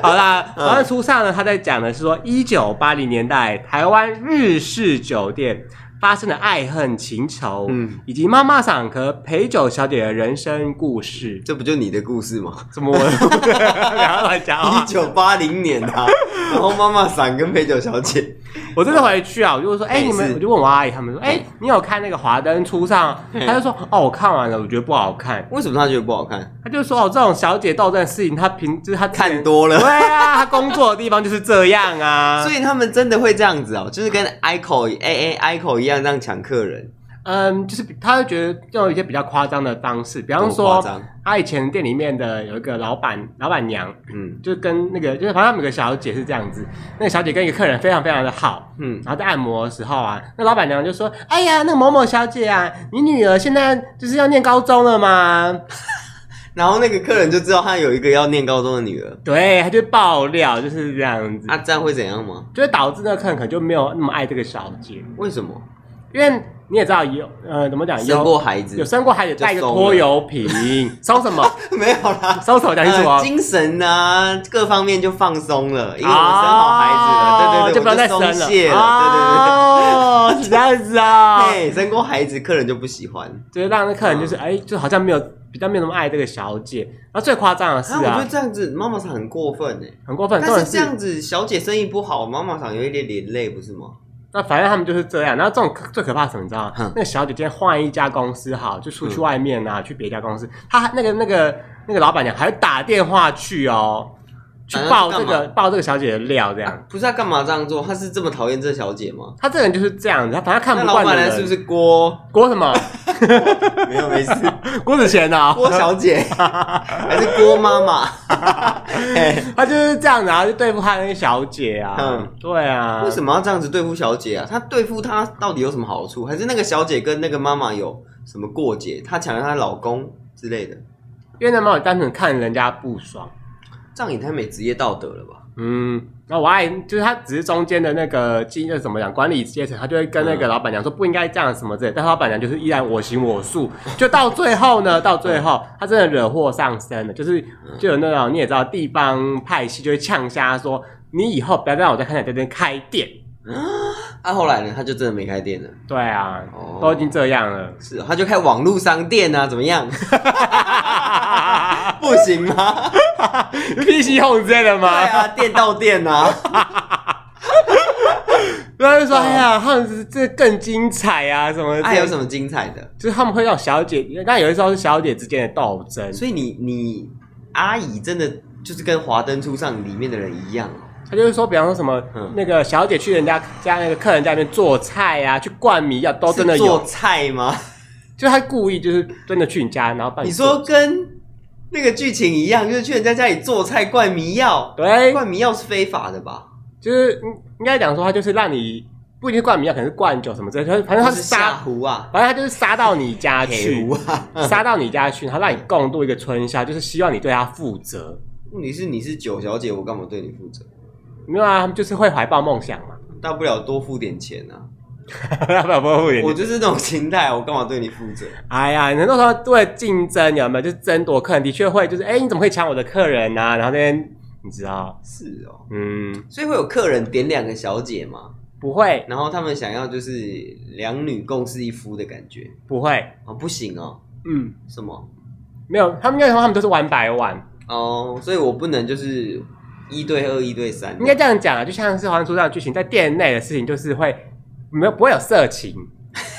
S1: 好啦，
S2: 嗯
S1: 然后初上呢，他在讲的是说，一九八零年代台湾日式酒店发生的爱恨情仇，
S2: 嗯
S1: 以及妈妈桑和陪酒小姐的人生故事。
S2: 这不就你的故事吗？
S1: 怎么我不 要乱讲话
S2: 一？九八零年啊，然后妈妈伞跟陪酒小姐，
S1: 我真的回去啊，我就会说，哎、
S2: 没
S1: 你们
S2: 事，
S1: 我就问我阿姨，他们说，哎、
S2: 嗯
S1: 你有看那个《华灯初上》？
S2: 嗯
S1: 她就说，哦，我看完了，我觉得不好看。
S2: 为什么她觉得不好看？
S1: 他就说哦，这种小姐斗争的事情，他平就是他之前
S2: 看多
S1: 对
S2: 了，
S1: 啊，他工作的地方就是这样啊。
S2: 所以他们真的会这样子哦，就是跟 ICO A A ICO 一样这样抢客人，
S1: 嗯，就是比他会觉得用一些比较夸张的方式，比方
S2: 多夸
S1: 说
S2: 张
S1: 他以前店里面的有一个老板老板娘，
S2: 嗯
S1: 就跟那个就是反正他们有个小姐是这样子，那个小姐跟一个客人非常非常的好，
S2: 嗯，
S1: 然后在按摩的时候啊，那老板娘就说：“哎呀，那个某某小姐啊，你女儿现在就是要念高中了嘛
S2: 然后那个客人就知道他有一个要念高中的女儿，？”
S1: 对，她就爆料就是这样子，
S2: 啊，这样会怎样吗？
S1: 就会导致那个客人可能就没有那么爱这个小姐，
S2: 为什么
S1: 因为你也知道有呃怎么讲
S2: 生
S1: 有
S2: 过孩子
S1: 有生过孩子
S2: 就
S1: 带一个
S2: 松
S1: 拖
S2: 了
S1: 油瓶，松什么？
S2: 没有啦？
S1: 松什么？讲清楚
S2: 呃
S1: 哦。
S2: 精神啊，各方面就放松了，呃因为我生好孩子了，对对
S1: 啊
S2: 对，
S1: 哦就不要再
S2: 我
S1: 生
S2: 松懈了，
S1: 哦，是这样子
S2: 对
S1: 啊
S2: 对，对 对，嘿，生过孩子客人就不喜欢，
S1: 就是让那客人就是哎，就好像没有比较没有那么爱这个小姐。然后最夸张的是
S2: 啊，我觉
S1: 啊
S2: 得，这样子妈妈桑很过分哎，
S1: 很过分，重
S2: 但
S1: 点
S2: 是这样子小姐生意不好，妈妈桑有一点连累不是吗？
S1: 那反正他们就是这样。然后这种最可怕是什么，你知道吗？
S2: 哼嗯
S1: 那个小姐今天换一家公司好，就出去外面啊，去别家公司，她那个那个那个老板娘还会打电话去哦，去
S2: 哎
S1: 爆这
S2: 打电话去
S1: 个爆这个小姐的料，这样。
S2: 不是她干嘛这样做？她是这么讨厌这小姐吗？
S1: 她这个人就是这样子，她反正看
S2: 那
S1: 不
S2: 老
S1: 惯的
S2: 板娘
S1: 人，
S2: 是不是郭？
S1: 郭什么？
S2: 没有没事，
S1: 郭子乾啊，
S2: 郭小 姐还是郭妈妈？ 哎
S1: 他就是这样子啊，就对付他那个小姐啊。
S2: 嗯
S1: 对啊。
S2: 为什么要这样子对付小姐啊？他对付她到底有什么好处？还是那个小姐跟那个妈妈有什么过节？她抢了她老公之类的，
S1: 因为那猫单纯看人家不爽。
S2: 这样也太没职业道德了吧？
S1: 嗯，那我爱就是他只是中间的那个经那怎么讲管理阶层，他就会跟
S2: 嗯
S1: 那个老板娘说不应该这样什么之类的，但老板娘就是依然我行我素，就到最后呢，到最后
S2: 嗯
S1: 他真的惹祸上身了，就是就有那种你也知道地方派系就会呛瞎说你以后不要再让我再看到你在这边开店，
S2: 啊，后来呢，她就真的没开店了。
S1: 对啊，
S2: 哦
S1: 都已经这样了，
S2: 是啊，她就开网络商店啊，怎么样？ 不行 吗？
S1: 是 PC 控之类的
S2: 对
S1: 吗？
S2: 啊，店到店 啊，
S1: 然后就说
S2: 哦哎
S1: 哎呀，他们是这更精彩啊什么之类的，
S2: 还有什么精彩的？
S1: 就是他们会让小姐，那有的时候是小姐之间的斗争，
S2: 所以你你阿姨真的就是跟《华灯初上》里面的人一样哦、
S1: 他就是说，比方说什么、
S2: 嗯
S1: 那个小姐去人家家那个客人家里面做菜啊，去灌迷药，都真的
S2: 是
S1: 有
S2: 做，菜吗？
S1: 就是他故意就是真的去你家，然后帮
S2: 你
S1: 哎做
S2: 说跟那个剧情一样，就是去人家家里做菜灌迷药，
S1: 对，
S2: 灌迷药是非法的吧？
S1: 就是嗯应该讲说他就是让你不一定是灌迷药，可能是灌酒什么之类的，反正哎他
S2: 就是是下
S1: 杀，
S2: 湖啊，
S1: 反正他就是杀到你家
S2: 铁
S1: 去
S2: 湖，啊。
S1: 杀到你家去，然后让你共度一个春宵，就是希望你对他负责。
S2: 问题是你是九小姐，我干嘛对你负责？
S1: 没有啊，他们就是会怀抱梦 想嘛，
S2: 大不了多付点钱啊！
S1: 要不要不会
S2: 我就是这种心态，我干嘛对你负责？
S1: 哎呀，你那时候为了竞争有没有？就是争夺客人，的确会就是，哎、你怎么可以抢我的客人呢、然后那边你知道，
S2: 是哦，
S1: 嗯，
S2: 所以会有客人点两个小姐嘛，
S1: 不会，
S2: 然后他们想要就是两女共侍一夫的感觉
S1: 不会，
S2: 哦，不行哦，
S1: 嗯，
S2: 什么
S1: 没有，他们那时候他们都是玩白玩，
S2: 哦？所以我不能就是一对二、一对三，
S1: 应该这样讲啊，就像是《华灯初上》的剧情，在店内的事情就是会没有不会有色 情，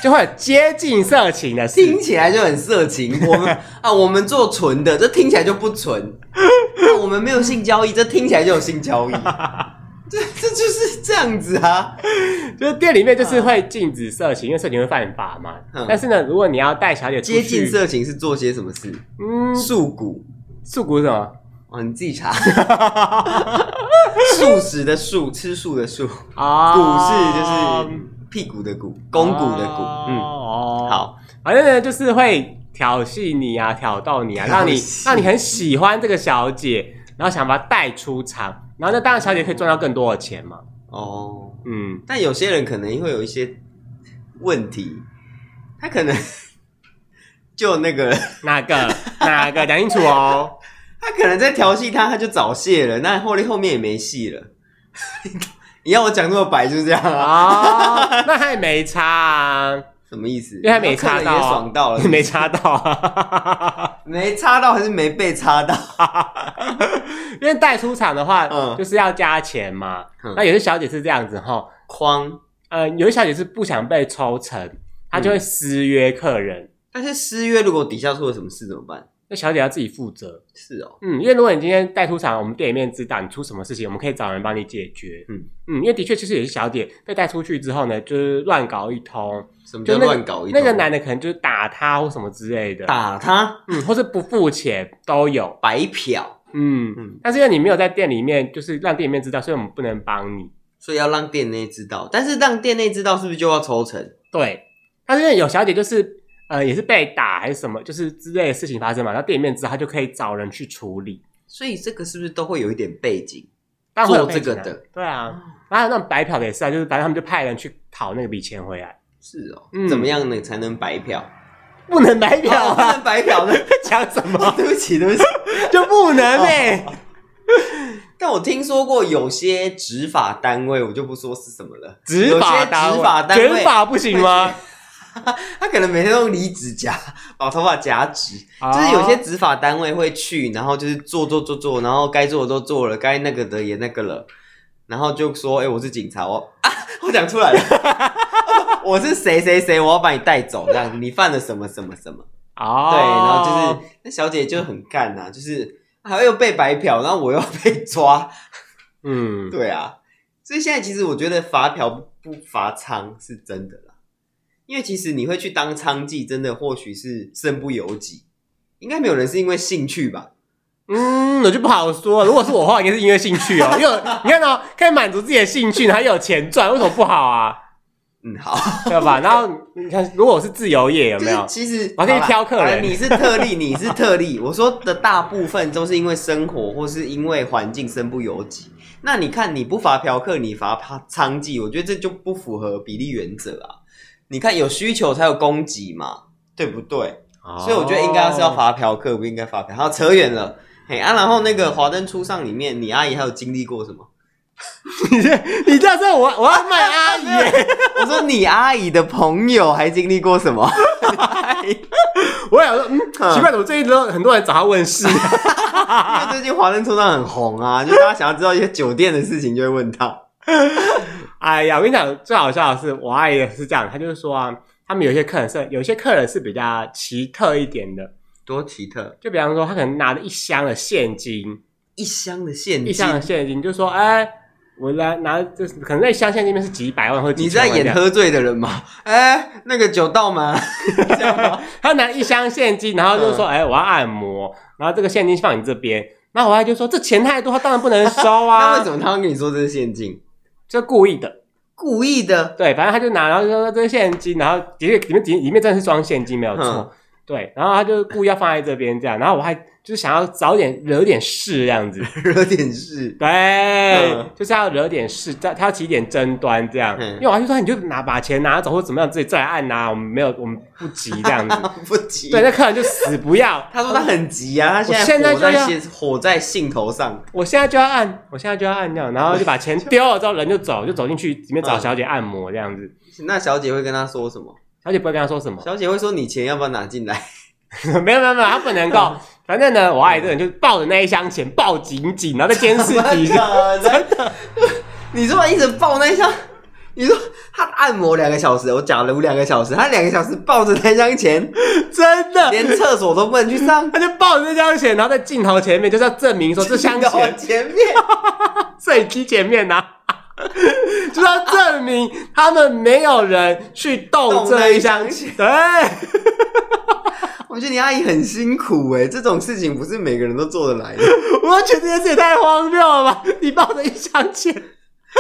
S1: 就会有接近色情的事
S2: 听。起来就很色情。 我们啊，我们做纯的，这听起来就不纯。啊我们没有性交易，这听起来就有性交 易。这这就是这样子啊。
S1: 就是店里面就是会禁止色情，因为色情会犯法嘛。
S2: 嗯
S1: 但是呢，如果你要带小姐出
S2: 接
S1: 去
S2: 近，色情是做些什么事？
S1: 嗯，
S2: 素骨
S1: 素骨是什么？
S2: 哦，你自己 查。素食的素，吃素的素，
S1: 啊
S2: 骨是就是屁股的骨，肱骨的骨。嗯，
S1: 哦，
S2: 好，
S1: 反正呢就是会挑衅你啊，挑逗你啊，
S2: 挑衅
S1: 让你让你很喜欢这个小姐，然后想把她带出场，然后那当然小姐可以赚到更多的钱嘛。
S2: 哦。
S1: 嗯，
S2: 但有些人可能会有一些问题，他可能 就那个。
S1: 哪 个哪个讲清楚哦。
S2: 他可能在调戏他，他就早泄了，那后后面也没戏了。 你要我讲这么白就是这样啊？
S1: 哦，那他也没差啊，
S2: 什么意思？因
S1: 为他没插到啊
S2: 也 爽到了，
S1: 没插到啊。
S2: 没插到还是没被插到？
S1: 因为带出场的话，
S2: 嗯
S1: 就是要加钱嘛。
S2: 嗯
S1: 那有些小姐是这样子哈，
S2: 框，嗯
S1: 呃，有些小姐是不想被抽成，她就会私约客人，
S2: 但是失约如果底下出了什么事怎么办？
S1: 那小姐要自己负责。
S2: 是哦，
S1: 嗯，因为如果你今天带出场，我们店里面知道你出什么事情，我们可以找人帮你解决。
S2: 嗯
S1: 嗯，因为的确，其实有些小姐被带出去之后呢，就是乱搞一通，
S2: 什么
S1: 就
S2: 叫
S1: 那个
S2: 乱搞一通
S1: 那个男的可能就是打她或什么之类的，
S2: 打他
S1: 嗯，或是不付钱都有。
S2: 白嫖，
S1: 嗯
S2: 嗯
S1: 但是因为你没有在店里面，就是让店里面知道，所以我们不能帮你。
S2: 所以要让店内知道。但是让店内知道是不是就要抽成？
S1: 对，但是因为有小姐就是呃也是被打还是什么，就是之类的事情发生嘛，然后店里面知道，她就可以找人去处理。
S2: 所以这个是不是都会有一点背景？
S1: 但会有
S2: 做这个
S1: 背景啊
S2: 的，
S1: 对啊。然后那种白嫖的也是啊，就是反正他们就派人去讨那笔钱回来。
S2: 是哦，
S1: 嗯
S2: 怎么样呢才能白 嫖？
S1: 不能白嫖
S2: 哦不
S1: 啊！
S2: 能白 嫖的，
S1: 讲什么
S2: 对不起，对不起。
S1: 就不能欸呗、
S2: 哦但我听说过有些执法单位，我就不说是什么了，
S1: 执法单
S2: 有些执
S1: 位
S2: 法，单位
S1: 卷发不行吗？
S2: 他可能每天都用离子夹把头发夹直，
S1: 啊
S2: 就是有些执法单位会去，然后就是做做做做，然后该做的都做了，该那个的也那个了，然后就说：“哎、我是警察哦，啊，我 讲出来了， 我是谁谁谁，我要把你带走，这样你犯了什么什么什么。”
S1: 哦
S2: 对，然后就是那小姐就很干呐、就是还又被白嫖，然后我又被抓，
S1: 嗯，
S2: 对啊，所以现在其实我觉得罚嫖不罚娼是真的啦，因为其实你会去当娼妓，真的或许是身不由己，应该没有人是因为兴趣吧？
S1: 嗯，我就不好说。如果是我的话，应该是因为兴趣 哦，因为你看哦，可以满足自己的兴趣，还有钱赚，为什么不好啊？
S2: 嗯，好，
S1: 对吧？然后你看，如果我是自由业，有
S2: 就
S1: 没有
S2: 是？其实
S1: 我还可以
S2: 好啦
S1: 挑客人
S2: 好啦你是特例，你是特例。我说的大部分都是因为生活或是因为环境身不由己。那你看，你不罚嫖客，你罚娼娼妓，我觉得这就不符合比例原则啊。你看，有需求才有供给嘛，对不对？所以我觉得应该是
S1: 哦
S2: 要罚嫖客，不应该罚嫖。好，扯远了。嘿啊，然后那个《华灯初上》里面，你阿姨还有经历过什么？
S1: 你这 你这样说，我我要卖啊阿 姨耶，
S2: 我说你阿姨的朋友还经历过什么？
S1: 我想说，嗯，奇怪，怎么最近都很多人找他问事？
S2: 因为最近《华灯初上》很红啊， 就大家想要知道一些酒店的事情，就会问他。
S1: 哎呀，我跟你讲，最好笑的是，我阿姨是这样，她就是说啊，他们有些客人是有些客人是比较奇特一点的，
S2: 多奇特，
S1: 就比方说，他可能拿了一箱的现金，
S2: 一箱的现
S1: 一箱的
S2: 金，
S1: 现金，就说，哎、我来拿，就是可能那一箱现金里面是几百万或者几
S2: 你
S1: 千
S2: 在
S1: 万这
S2: 演
S1: 样
S2: 喝醉的人吗？哎，那个酒到吗？这样吗
S1: 他拿一箱现金，然后就说：“哎、我要按摩，然后这个现金放你这边。”然后我爱就说：“这钱太多，他当然不能收
S2: 那
S1: 啊
S2: 为，什么他会跟你说这是现金？
S1: 这故意的。
S2: 故意的。”
S1: 对，反正他就拿，然后就说这是现金，然后的确里面里面真的是装现金，没有错。
S2: 嗯
S1: 对，然后他就故意要放在这边这样，然后我还就是想要早点惹点事这样子，
S2: 惹点事，
S1: 对，
S2: 嗯
S1: 就是要惹点事，他他要起点争端这样。
S2: 嗯
S1: 因为我还就说你就拿把钱拿走或怎么样，自己再来按呐、我们没有，我们不急这 样子。
S2: 不急。
S1: 对，那客人就死不要，
S2: 他说他很急啊，他现在
S1: 我现在
S2: 火在
S1: 就要
S2: 心火在兴头上。
S1: 我现在就要按，我现在就要按这样，然后就把钱丢了之后，人就走，就走进去里面找小姐按摩这样子。
S2: 那小姐会跟他说什么？
S1: 小姐不会跟他说什么，
S2: 小姐会说你钱要不要拿进来？
S1: 没有没有没有，她不能够。反正呢，我阿姨这个人就抱着那一箱钱抱紧紧，然后在监 视底下。
S2: 真的，你这么一直抱那一箱，你说他按摩两个小时，我假如两个小时，他两个小时抱着那箱 钱，
S1: 真的，
S2: 连厕所都不能去上。
S1: 她就抱着那箱钱，然后在镜头前面就是要证明说这箱
S2: 到我
S1: 钱，
S2: 前面，
S1: 摄影机前面呐、 就是要证明他们没有人去动
S2: 动
S1: 这
S2: 那
S1: 一
S2: 一
S1: 箱
S2: 箱
S1: 钱
S2: 钱。
S1: 对，
S2: 我觉得你阿姨很辛苦哎、这种事情不是每个人都做得来的。
S1: 我觉得这件事也太荒谬了吧！你抱着一箱钱。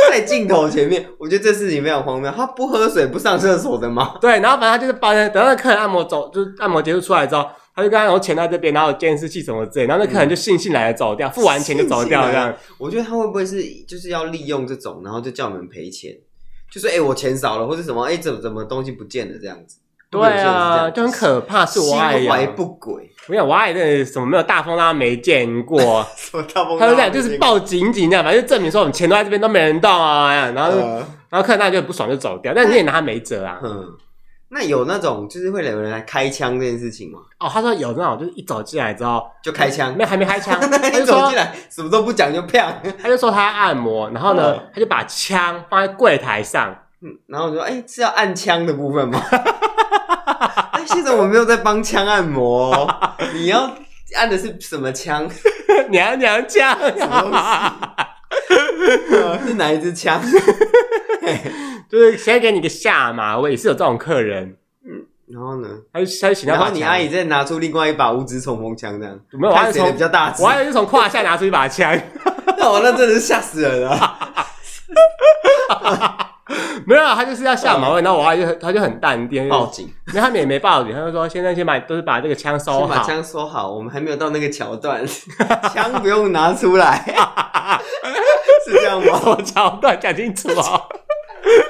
S2: 在镜头前面，我觉得这事情非常荒谬。他不喝水、不上厕所的吗？
S1: 对，然后反正他就是把人，等到那客人按摩走，就是按摩结束出来之后，他就跟他然后钱在这边，然后有监视器什么之类，然后那客人就悻悻来的走掉，付完钱就走掉这样。
S2: 我觉得他会不会是就是要利用这种，然后就叫你们赔钱，就说哎、我钱少了，或者什么哎、怎么怎么东西不见了这样子。
S1: 对啊，
S2: 会不
S1: 就很
S2: 会有些人是这样啊
S1: 可怕，是我爱
S2: 心怀
S1: 呀。
S2: 不轨，
S1: 我想我爱的什么没有大风浪没见过，
S2: 什么大风
S1: 他就
S2: 大浪
S1: 这样就是抱紧紧这样，反正就证明说我们钱都在这边都没人动啊。 然后就
S2: 呃
S1: 然后客人那就很不爽就走掉，但你也拿他没辙 啊。
S2: 嗯，那有那种就是会有人来开枪这件事情吗？
S1: 哦，他说有那种就是一走进来之后，
S2: 就开枪
S1: 没，有还没开枪，他
S2: 那
S1: 就
S2: 一走
S1: 说
S2: 进来什么都不讲就啪，
S1: 他就说他要按摩，然后呢
S2: 嗯
S1: 他就把枪放在柜台上。
S2: 嗯然后我说哎、是要按枪的部分吗？ 哎，现在我没有在帮枪按摩、哦，你要按的是什么枪？
S1: 娘娘腔，
S2: 呃是哪一支枪？
S1: 就是先给你个下马威，是有这种客人，
S2: 然后呢？
S1: 他就他就请他
S2: 然
S1: 把
S2: 后你
S1: 枪
S2: 阿姨再拿出另外一把五指冲锋枪，这样
S1: 没有，我还
S2: 看
S1: 是
S2: 谁的
S1: 从
S2: 比较大只
S1: 我。还是从胯下拿出一把枪，
S2: 那我那真的是吓死人啊
S1: 啊
S2: 了。
S1: 没有，啊他就是要下
S2: 嗯
S1: 马威，然后我阿姨就很他就很淡定，
S2: 报
S1: 就
S2: 警，
S1: 是然后他们也没报警，他就说先生先把都是把这个枪收
S2: 先把
S1: 哦好，
S2: 枪收好，我们还没有到那个桥段， 枪不用拿出来， 是这样吗？
S1: 我桥段讲清楚 哦，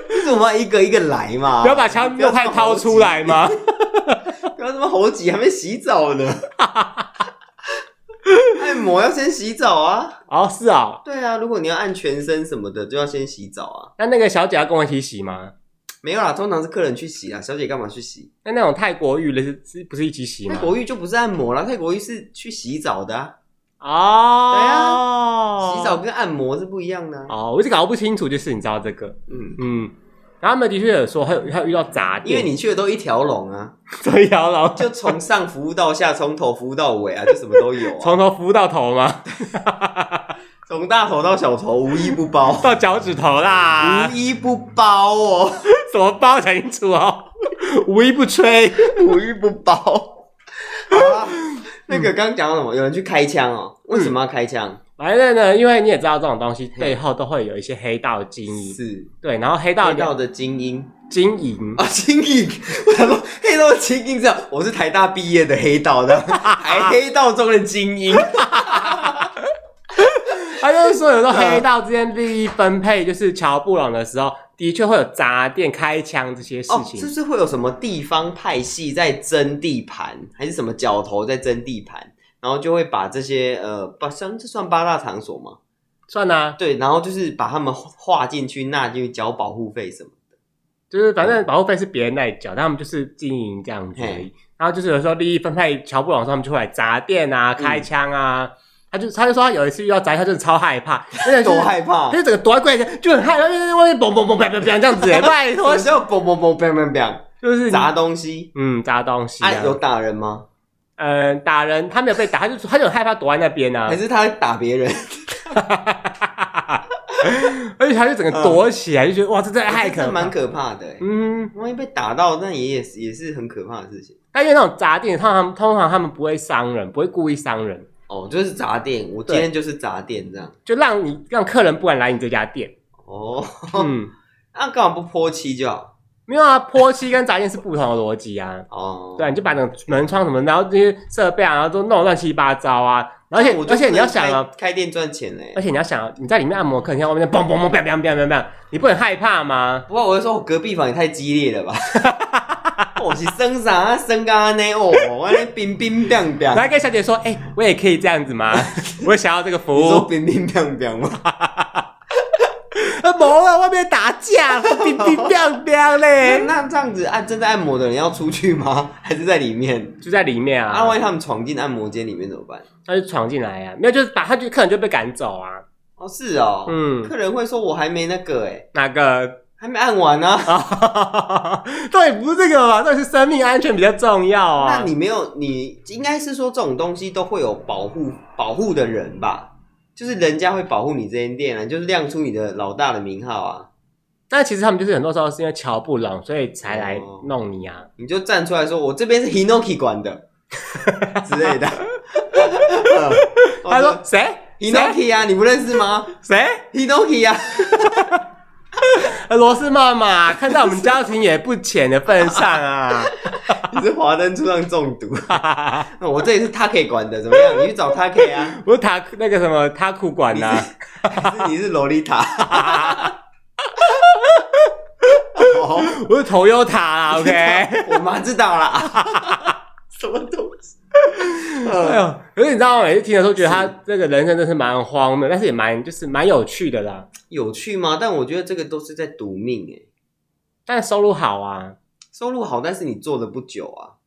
S2: 就是我们要一个一个来嘛。
S1: 不要把枪又快掏出来吗？
S2: 不要这么猴急，还没洗澡 呢。按摩要先洗澡啊，
S1: 哦，是哦，
S2: 对啊，如果你要按全身什么的，就要先洗澡啊。
S1: 那那个小姐要跟我一起洗吗？
S2: 没有啦，通常是客人去洗啊，小姐干嘛去洗？
S1: 那那种泰国浴的是是不是一起洗
S2: 泰
S1: 吗？
S2: 国浴就不是按摩啦，泰国浴是去洗澡的、啊，
S1: 哦，
S2: 洗澡跟按摩是不一样的、啊。
S1: 哦，我一直搞不清楚，就是你知道这个。
S2: 嗯，
S1: 嗯，然后他们的确有说，还有还有遇到杂
S2: 因
S1: 店，
S2: 为你去的都一条龙啊，
S1: 所以要老
S2: 就从上服务到下，从头服务到尾啊，就什么都 有啊，
S1: 从头服务到头 吗？
S2: 从大头到小头无一不 包，
S1: 到脚趾头啦
S2: 啊无，一不包哦。啊
S1: 什么包讲清楚哦。无一不吹。
S2: 无一不包。 好啦那个刚刚讲到什么？有人去开枪哦？为什么要开枪？
S1: 反正呢，因为你也知道这种东西
S2: 嘿
S1: 背后都会有一些黑道精英，
S2: 是
S1: 对，然后黑道
S2: 黑道的精英
S1: 经营，
S2: 啊，精英！ 我想说黑道的精英这样，我是台大毕业的黑道 的，还黑道中的精英。
S1: 他就是说有时候黑道之间利益分配，就是乔布朗的时候，的确会有砸店、开枪这些事
S2: 哦，
S1: 情。
S2: 是不是会有什么地方派系在争地盘，还是什么角头在争地盘？然后就会把这些呃，八像这算八大场所吗？
S1: 算啊啦、
S2: 对，然后就是把他们划进去，纳进去缴保护费什么。
S1: 就是反正保护费是别人在缴，但他们就是经营这样子而已。然后就是有时候利益分配，乔布朗的时候他们就会来砸店
S2: 嗯
S1: 啊、开枪啊。他就他就说他有一次遇到砸，他真的超害 怕，真的、就是、
S2: 多害怕
S1: 他！就整个躲在柜子，就很害怕，就在外面嘣嘣嘣嘣嘣嘣这样子。拜
S2: 我
S1: 托，
S2: 就嘣嘣嘣砰砰砰
S1: 就是你
S2: 砸东西。
S1: 嗯砸东西
S2: 啊
S1: 啊，，
S2: 有打人吗？
S1: 嗯、打人，他没有被打，他就他就很害怕躲在那边啊
S2: 还，是他打别人？
S1: 而且他就整个躲起来，就觉得哇，这真的 太可
S2: 这
S1: 怕
S2: 蛮。可怕的欸。
S1: 嗯，
S2: 万一被打到，那也也是也是很可怕的事情。
S1: 但因为那种砸店，他们通常他们不会伤人，不会故意伤人，
S2: 哦，就是砸店，我今
S1: 对
S2: 天就是砸店这样。
S1: 就让你让客人不敢来你这家店。
S2: 哦，
S1: 嗯，
S2: 那干嘛不泼漆就好？
S1: 没有啊，泼漆跟砸店是不同的逻辑啊。
S2: 哦，
S1: 对啊，你就把那个门窗什么，然后这些设备啊，然后都弄得乱七八糟啊。而且
S2: 我就
S1: 而且你要想
S2: 不能
S1: 啊，
S2: 开开店赚钱欸嘞
S1: 而。且你要想啊，你在里面按摩，客人听到外面在嘣嘣嘣砰砰砰砰砰，你不很害怕吗？
S2: 不过我就说，我隔壁房也太激烈 了吧！我是生啥生咖呢？哦，我那冰冰冰冰
S1: 然，后跟小姐说，哎、我也可以这样子吗？ 我也想要这个 服
S2: 你说
S1: 务。
S2: 冰冰冰 冰吗？
S1: 啊，没了，外面打架，乒乒乓乓
S2: 那
S1: 嘞，
S2: 哎那这样子按正在按摩的人要出去吗？ 还是在里面？
S1: 就在里面
S2: 啊，
S1: 啊
S2: 万，一他们闯进按摩间里面怎么办？
S1: 他就闯进来啊，没有，就是把他就客人就被赶走啊。
S2: 哦，是哦，
S1: 嗯，
S2: 客人会说我还没那个哎，
S1: 哪个？
S2: 还没按完呢、啊。
S1: 啊，对，不是这个嘛，到底是生命安全比较重要啊。
S2: 那你没有，你应该是说这种东西都会有保护保护的人吧？就是人家会保护你这间店啊，就是亮出你的老大的名号啊，
S1: 但其实他们就是很多时候是因为瞧不拢，所以才来
S2: 哦
S1: 弄你啊。
S2: 你就站出来说我这边是 Hinoki 管的之类的。嗯
S1: 他说谁？谁？
S2: Hinoki 啊，你不认识吗
S1: 谁？
S2: ？Hinoki 啊，
S1: 呃罗斯妈妈看在我们交情也不浅的份上啊，
S2: 你是华灯初上中 毒。那我这里是 t a k 管的，怎么样？你去找 t a k 啊。
S1: 我塔那个什么塔库馆呐、啊。
S2: 还是你是洛丽 塔？哦，
S1: 我是头优塔 啦，OK。
S2: 我妈知道啦。 什么东西？
S1: 哎
S2: 呃
S1: 呦，可是你知道吗？每次听的时候觉得他
S2: 是
S1: 这个人生真是蛮荒谬，但是也蛮就是蛮有趣的啦。
S2: 有趣吗？但我觉得这个都是在赌命哎、
S1: 但收入好啊，
S2: 收入好，但是你做的不久啊。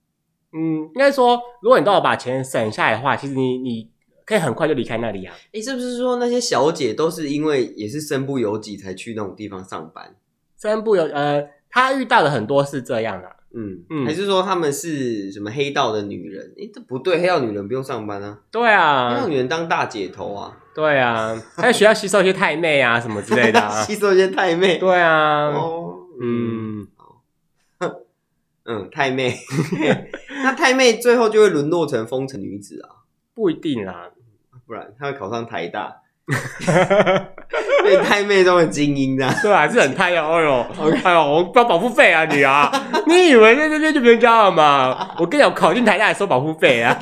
S1: 嗯，应该说，如果你都有把钱省下来的话，其实你你可以很快就离开那里啊。
S2: 哎、是不是说那些小姐都是因为也是身不由己才去那种地方上班？
S1: 三不有呃，他遇到的很多是这样的、
S2: 嗯，
S1: 嗯
S2: 还是说他们是什么黑道的女人？哎、这不对，黑道女人不用上班啊，
S1: 对
S2: 黑
S1: 啊
S2: 道，女人当大姐头啊，。
S1: 对啊，他在学校吸收一些太妹啊什么之类的、啊
S2: 吸收一些太妹。
S1: 对啊，
S2: 哦，嗯。
S1: 嗯，
S2: 嗯，太妹， 那太妹最后就会沦落成风尘女子啊，
S1: 不一定啊啦。
S2: 不然她会考上台 大，对，太妹中的精英啊。
S1: 对啊，是很太阳。哎呦，哎呦，我交保护费啊你 啊！你以为在这边就不用交了吗？我跟你讲，我考进台大还收保护费 啊！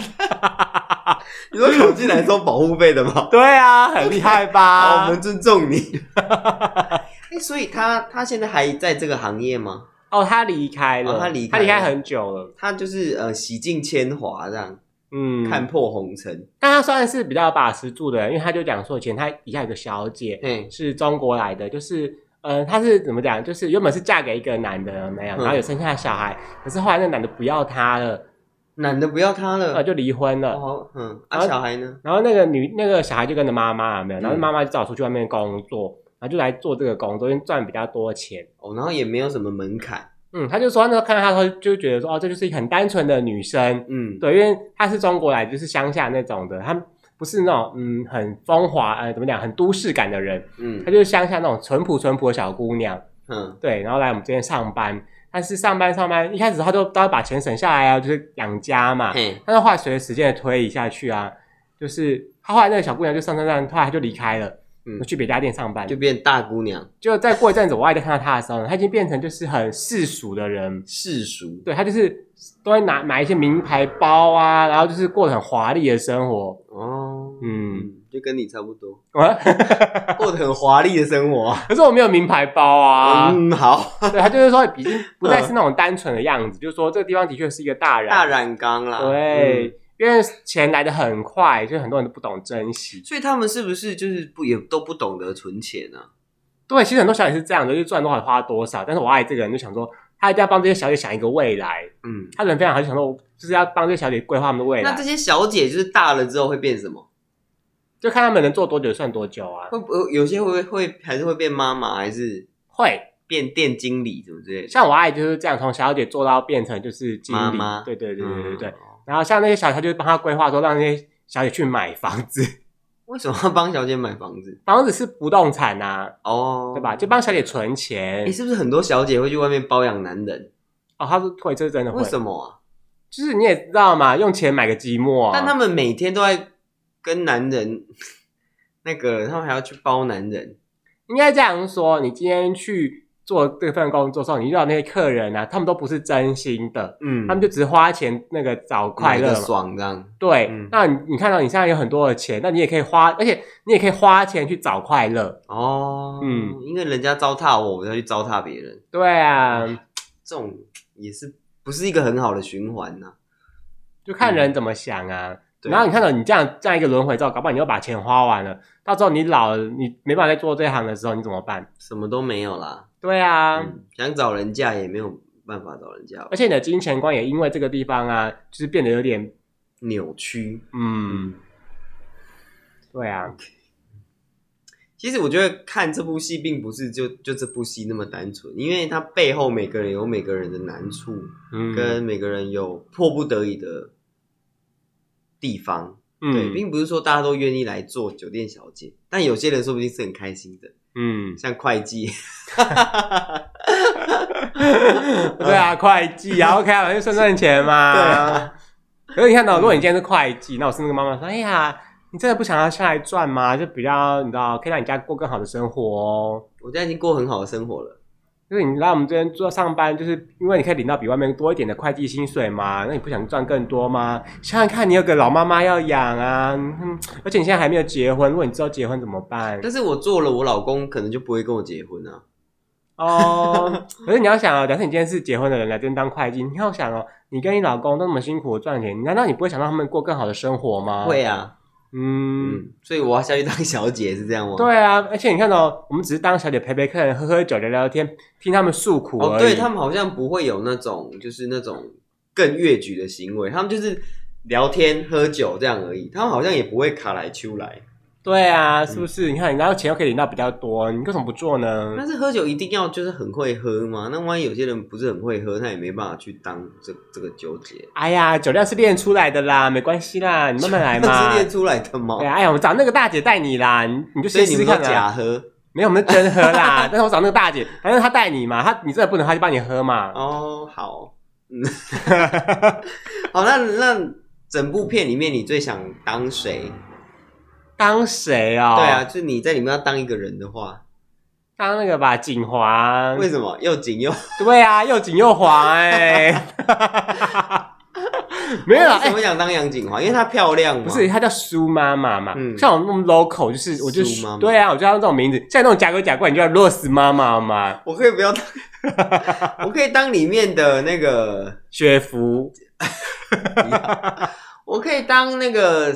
S2: 你说考进来收保护费的吗？
S1: 对啊，很厉害
S2: 好，
S1: 吧
S2: 我们尊 重你。哎、所以她她现在还在这个行业吗？
S1: 哦，他离开了，
S2: 哦他离开
S1: 他
S2: 了
S1: 离开很久了。
S2: 她就是呃，洗尽铅华这样，
S1: 嗯，
S2: 看破红尘。
S1: 但他算是比较把持住的人，因为他就讲说，以前他底下有个小姐
S2: 嘿，
S1: 是中国来的，就是。呃，她是怎么讲？就是原本是嫁给一个男的，有没有，
S2: 嗯
S1: 然后有生下小孩，可是后来那男的不要她了，
S2: 男的不要她
S1: 呃，
S2: 了，
S1: 就离婚了。
S2: 哦，嗯，
S1: 然
S2: 啊，
S1: 后
S2: 小孩呢？
S1: 然后那个女那个小孩就跟着妈妈有没有，然后
S2: 嗯
S1: 妈妈就找出去外面工作，然后就来做这个工作，因为赚比较多钱。
S2: 哦，然后也没有什么门槛，
S1: 嗯，他就说那时候看到她，他就觉得说哦，这就是一个很单纯的女生，
S2: 嗯，
S1: 对，因为她是中国来，就是乡下那种的，她不是那种嗯很风华呃怎么讲很都市感的人，
S2: 嗯
S1: 她就是乡下那种淳朴淳朴的小姑娘，
S2: 嗯，
S1: 对，然后来我们这边上班，但是上班上班一开始他都都要把钱省下来啊，就是养家嘛。
S2: 嘿，
S1: 但是后来随着时间的推移下去啊，就是他后来那个小姑娘就上上上，后来她就离开了，
S2: 嗯
S1: 嗯，去别家店上班。
S2: 就
S1: 就
S2: 变大姑娘
S1: 就再过一阵子，我外在看到她的时候呢，她已经变成就是很世俗的人，
S2: 世俗
S1: 对她就是都会拿买一些名牌包啊，然后就是过得很华丽的生活。
S2: 哦，
S1: 嗯，
S2: 嗯，就跟你差不多，
S1: 啊，
S2: 过得很华丽的生活。 啊
S1: 可是我没有名牌包啊。
S2: 嗯，好，
S1: 对，他就是说已经不再是那种单纯的样子，就是说这个地方的确是一个大染。
S2: 大染缸啦。
S1: 啊对，
S2: 嗯，
S1: 因为钱来的很快，所以很多人都不懂珍惜。
S2: 所以他们是不是就是不也都不懂得存钱啊？
S1: 对，其实很多小姐是这样的，就赚多少花多少。但是我爱这个人就想说，他一定要帮这些小姐想一个未来，
S2: 嗯，
S1: 他人非常好，就想说就是要帮这些小姐规划他们的未
S2: 那
S1: 来
S2: 这，些小姐就是大了之后会变什么？
S1: 就看他们能做多久算多久啊。
S2: 会不有些会会还是会变妈妈，还是
S1: 会，
S2: 变店经理什么之类的？
S1: 像我爱就是这样，从小姐做到变成就是经理。
S2: 妈妈
S1: 对对对对对对。
S2: 嗯
S1: 然后像那些小姐，她就帮他规划说，让那些小姐去买房子。
S2: 为什么要帮小姐买房子？
S1: 房子是不动产呐、
S2: 哦，
S1: 对吧？就帮小姐存钱。
S2: 你、是不是很多小姐会去外面包养男人？
S1: 哦，他说会，这是真的会
S2: 为。什么啊？
S1: 就是你也知道嘛，用钱买个寂寞、啊。
S2: 但他们每天都在跟男人 那个，他们还要去包男人。
S1: 应该这样说：你今天去做这份工作的时候，你遇到那些客人啊，他们都不是真心的，
S2: 嗯
S1: 他们就只是花钱那个找快乐
S2: 买个
S1: 嘛。
S2: 爽这样。
S1: 对，
S2: 嗯
S1: 那你你看到你现在有很多的钱，那你也可以花，而且你也可以花钱去找快乐。
S2: 哦，
S1: 嗯
S2: 因为人家糟蹋我，我才去糟蹋别人，
S1: 对啊，
S2: 嗯这种也是不是一个很好的循环呐、
S1: 就看人怎么想啊。
S2: 嗯对
S1: 然后你看到你这样这样一个轮回之后，搞不好你又把钱花完了，到时候你老了，你没办法再做这行的时候，你怎么办？
S2: 什么都没有啦。
S1: 对啊，
S2: 嗯，想找人嫁也没有办法找人嫁
S1: 而，且你的金钱观也因为这个地方啊，就是变得有点，
S2: 扭曲。
S1: 嗯，对啊，
S2: 其实我觉得看这部戏并不是就就这部戏那么单纯，因为它背后每个人有每个人的难处，
S1: 嗯，
S2: 跟每个人有迫不得已的地方。对，
S1: 嗯
S2: 并不是说大家都愿意来做酒店小姐，但有些人说不定是很开心的，
S1: 嗯，
S2: 像会计。
S1: 对
S2: 嗯
S1: 啊，会计 啊，OK 啊，反正赚赚钱嘛。
S2: 对，啊，
S1: 可是你看到，如果你今天是会计，那我是那个妈妈说，哎呀，你真的不想要下来赚吗？就比较，你知道，可以让你家过更好的生活哦。
S2: 我现在已经过很好的生活了。
S1: 就是你知道我们这边做上班，就是因为你可以领到比外面多一点的会计薪水嘛，那你不想赚更多吗？想想看，你有个老妈妈要养啊，嗯而且你现在还没有结婚，如果你之后结婚怎么办？
S2: 但是我做了，我老公可能就不会跟我结婚啊。
S1: 哦， 可是你要想哦，假设你今天是结婚的人来这边当会计，你要想哦，你跟你老公都那么辛苦地赚钱，难道你不会想让他们过更好的生活吗？
S2: 会，啊，
S1: 嗯，
S2: 嗯，所以我要下去当小姐是这样吗？，
S1: 对啊，而且你看哦，我们只是当小姐陪陪客人，喝喝酒，聊聊天，听他们诉苦而已。
S2: 哦，对他们好像不会有那种就是那种更越矩的行为，他们就是聊天喝酒这样而已，他们好像也不会卡来秋来。
S1: 对
S2: 嗯
S1: 啊，是不是？你看，你然后钱又可以领到比较多，你为什么不做呢？
S2: 但是喝酒一定要就是很会喝嘛？那万一有些人不是很会喝，他也没办法去当这这个纠结。
S1: 哎呀，酒量是练出来的啦，没关系啦，你慢慢来嘛
S2: 是。练出来的吗
S1: 对？啊，哎呀，我找那个大姐带你啦，你你就
S2: 所以
S1: 先
S2: 你
S1: 试试
S2: 们都
S1: 看啦。
S2: 假喝
S1: 没有，我们是真喝啦。但是我找那个大姐，反正她带你嘛，她你真的不能，她就帮你喝嘛。
S2: 哦。好，嗯， 好，那那整部片里面你最想当谁？
S1: 当谁哦？
S2: 对啊，，就是你在里面要当一个人的话，
S1: 当那个吧，景华。
S2: 为什么又紧又？
S1: 对啊，又景又黄哎、 没有啦，
S2: 为
S1: 哎、
S2: 什么想当杨景华？因为她漂亮嘛。
S1: 不是，，她叫苏妈妈嘛。
S2: 嗯
S1: 像我们那么 local，就是我就
S2: 苏妈妈
S1: 对啊，我就要这种名字。像那种假鬼假怪，你就要 Rose 妈妈嘛，
S2: 我可以不要当， 我可以当里面的那个，
S1: 雪芙。
S2: 我可以当那个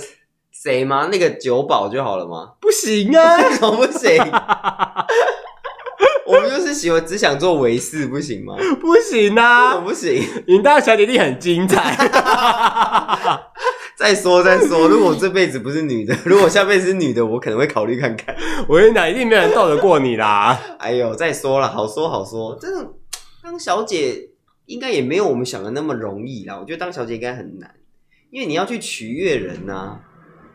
S2: 谁吗？那个酒保就好了吗？
S1: 不行啊，
S2: 为什么不 行？我们就是喜欢只想做维事，不行吗？
S1: 不行
S2: 为什
S1: 啊
S2: 么！不行？
S1: 你当小姐弟很精 彩，
S2: 再说再说，如果我这辈子不是女的， 如果下辈子是女的，我可能会考虑看看。
S1: 我跟你讲，一定没有人斗得过你啦。
S2: 哎呦，再说了，好说好说，真的当小姐应该也没有我们想的那么容易啦。我觉得当小姐应该很难，啊 因为你要去取悦人呐、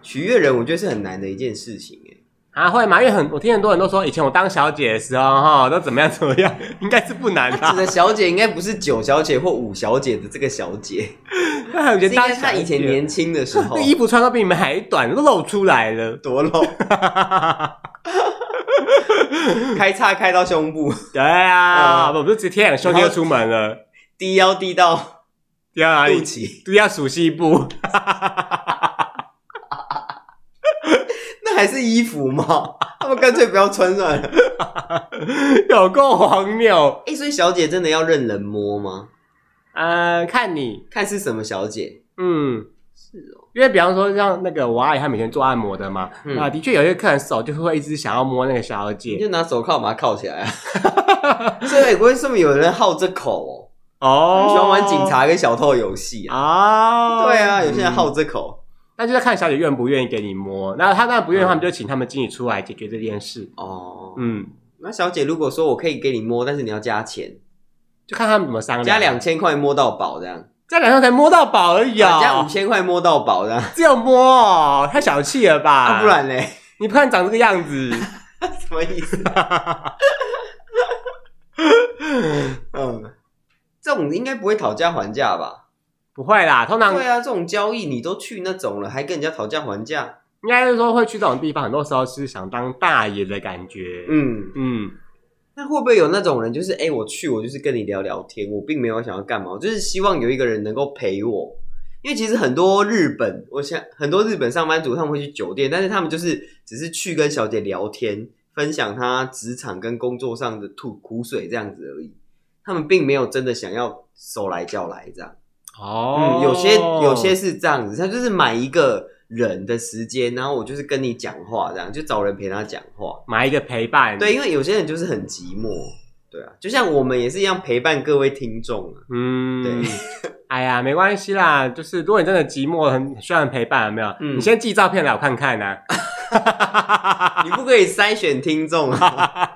S2: 取悦人我觉得是很难的一件事情、欸。
S1: 啊，会吗？因为很我听很多人都说，以前我当小姐的时候哈，都怎么样怎么样，应该是不难
S2: 指
S1: 吧？
S2: 的小姐应该不是九小姐或五小姐的这个小 姐，
S1: 那还有
S2: 是
S1: 人
S2: 应
S1: 当
S2: 该她
S1: 小
S2: 以前
S1: 姐哎
S2: 年轻的 时候
S1: 那衣服穿到比你们还短，都露出来 了。
S2: 多露，开叉开到胸部，
S1: 对啊，
S2: 嗯
S1: 我们就直接贴两个胸贴就出门了。
S2: 低腰低到
S1: 第二哪
S2: 肚
S1: 里？
S2: 脐，
S1: 都要数西部，
S2: 那还是衣服吗？ 他们干脆不要穿算了。
S1: 有够黄牛。
S2: 哎、所以小姐真的要任人摸吗？
S1: 嗯，看你，
S2: 看是什么小姐。
S1: 嗯，
S2: 是哦，
S1: 因为比方说像那个我阿姨，她每天做按摩的嘛，
S2: 嗯
S1: 那的确有一些客人手就会一直想要摸那个小
S2: 你
S1: 姐。
S2: 就拿手铐把它铐起来啊！ 所以为什么有人好这口哦？
S1: 哦，
S2: 喜欢玩警察跟小偷游戏啊？
S1: 啊？
S2: 对啊，有些人
S1: 嗯
S2: 好这口、
S1: 那就是看小姐愿不愿意给你摸。那她当然不愿意，
S2: 嗯
S1: 他们就请他们经理出来解决这件事。
S2: 哦。
S1: 嗯，
S2: 那小姐如果说我可以给你摸，但是你要加钱，
S1: 就看他们怎么商量。
S2: 加两千块摸到饱这样，
S1: 加两上才摸到宝而已
S2: 啊加
S1: 啊
S2: 五，千块摸到饱这样，
S1: 只有摸哦，太小气了吧？
S2: 啊不然嘞？
S1: 你不看长这个样 子，
S2: 什么意思？嗯，这种应该不会讨价还价吧？
S1: 不会啦。通常
S2: 对啊，这种交易你都去那种了，还跟人家讨价还价？
S1: 应该是说会去这种地方，很多时候是想当大爷的感觉。嗯
S2: 嗯，那会不会有那种人，就是哎、我去，我就是跟你聊聊天，我并没有想要干嘛，我就是希望有一个人能够陪我。因为其实很多日本，我想很多日本上班族他们会去酒店，但是他们就是只是去跟小姐聊天，分享他职场跟工作上的吐苦水这样子而已。他们并没有真的想要手来脚来这样。
S1: 哦、
S2: 嗯，有些有些是这样子，他就是买一个人的时间，然后我就是跟你讲话这样，就找人陪他讲话。
S1: 买一个陪伴，
S2: 对，，因为有些人就是很寂寞，对啊，就像我们也是一样陪伴各位听众啊。
S1: 嗯，
S2: 对。
S1: 哎呀，没关系啦，就是如果你真的寂寞，很需要人陪伴，有没有？
S2: 嗯
S1: 你先寄照片来我看看啊呐、
S2: 你不可以筛选听众啊！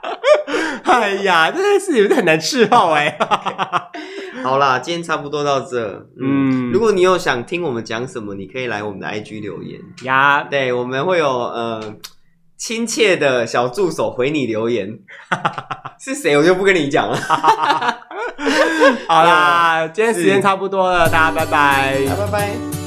S1: 哎呀，这件事有点很难伺候哎、
S2: 好啦，今天差不多到这。嗯，
S1: 嗯，
S2: 如果你有想听我们讲什么，你可以来我们的 IG 留言，
S1: 呀，
S2: 对我们会有呃亲切的小助手回你留言。是谁我就不跟你讲了，
S1: 好啦，今天时间
S2: 是
S1: 差不多了，大家拜拜。
S2: 拜拜。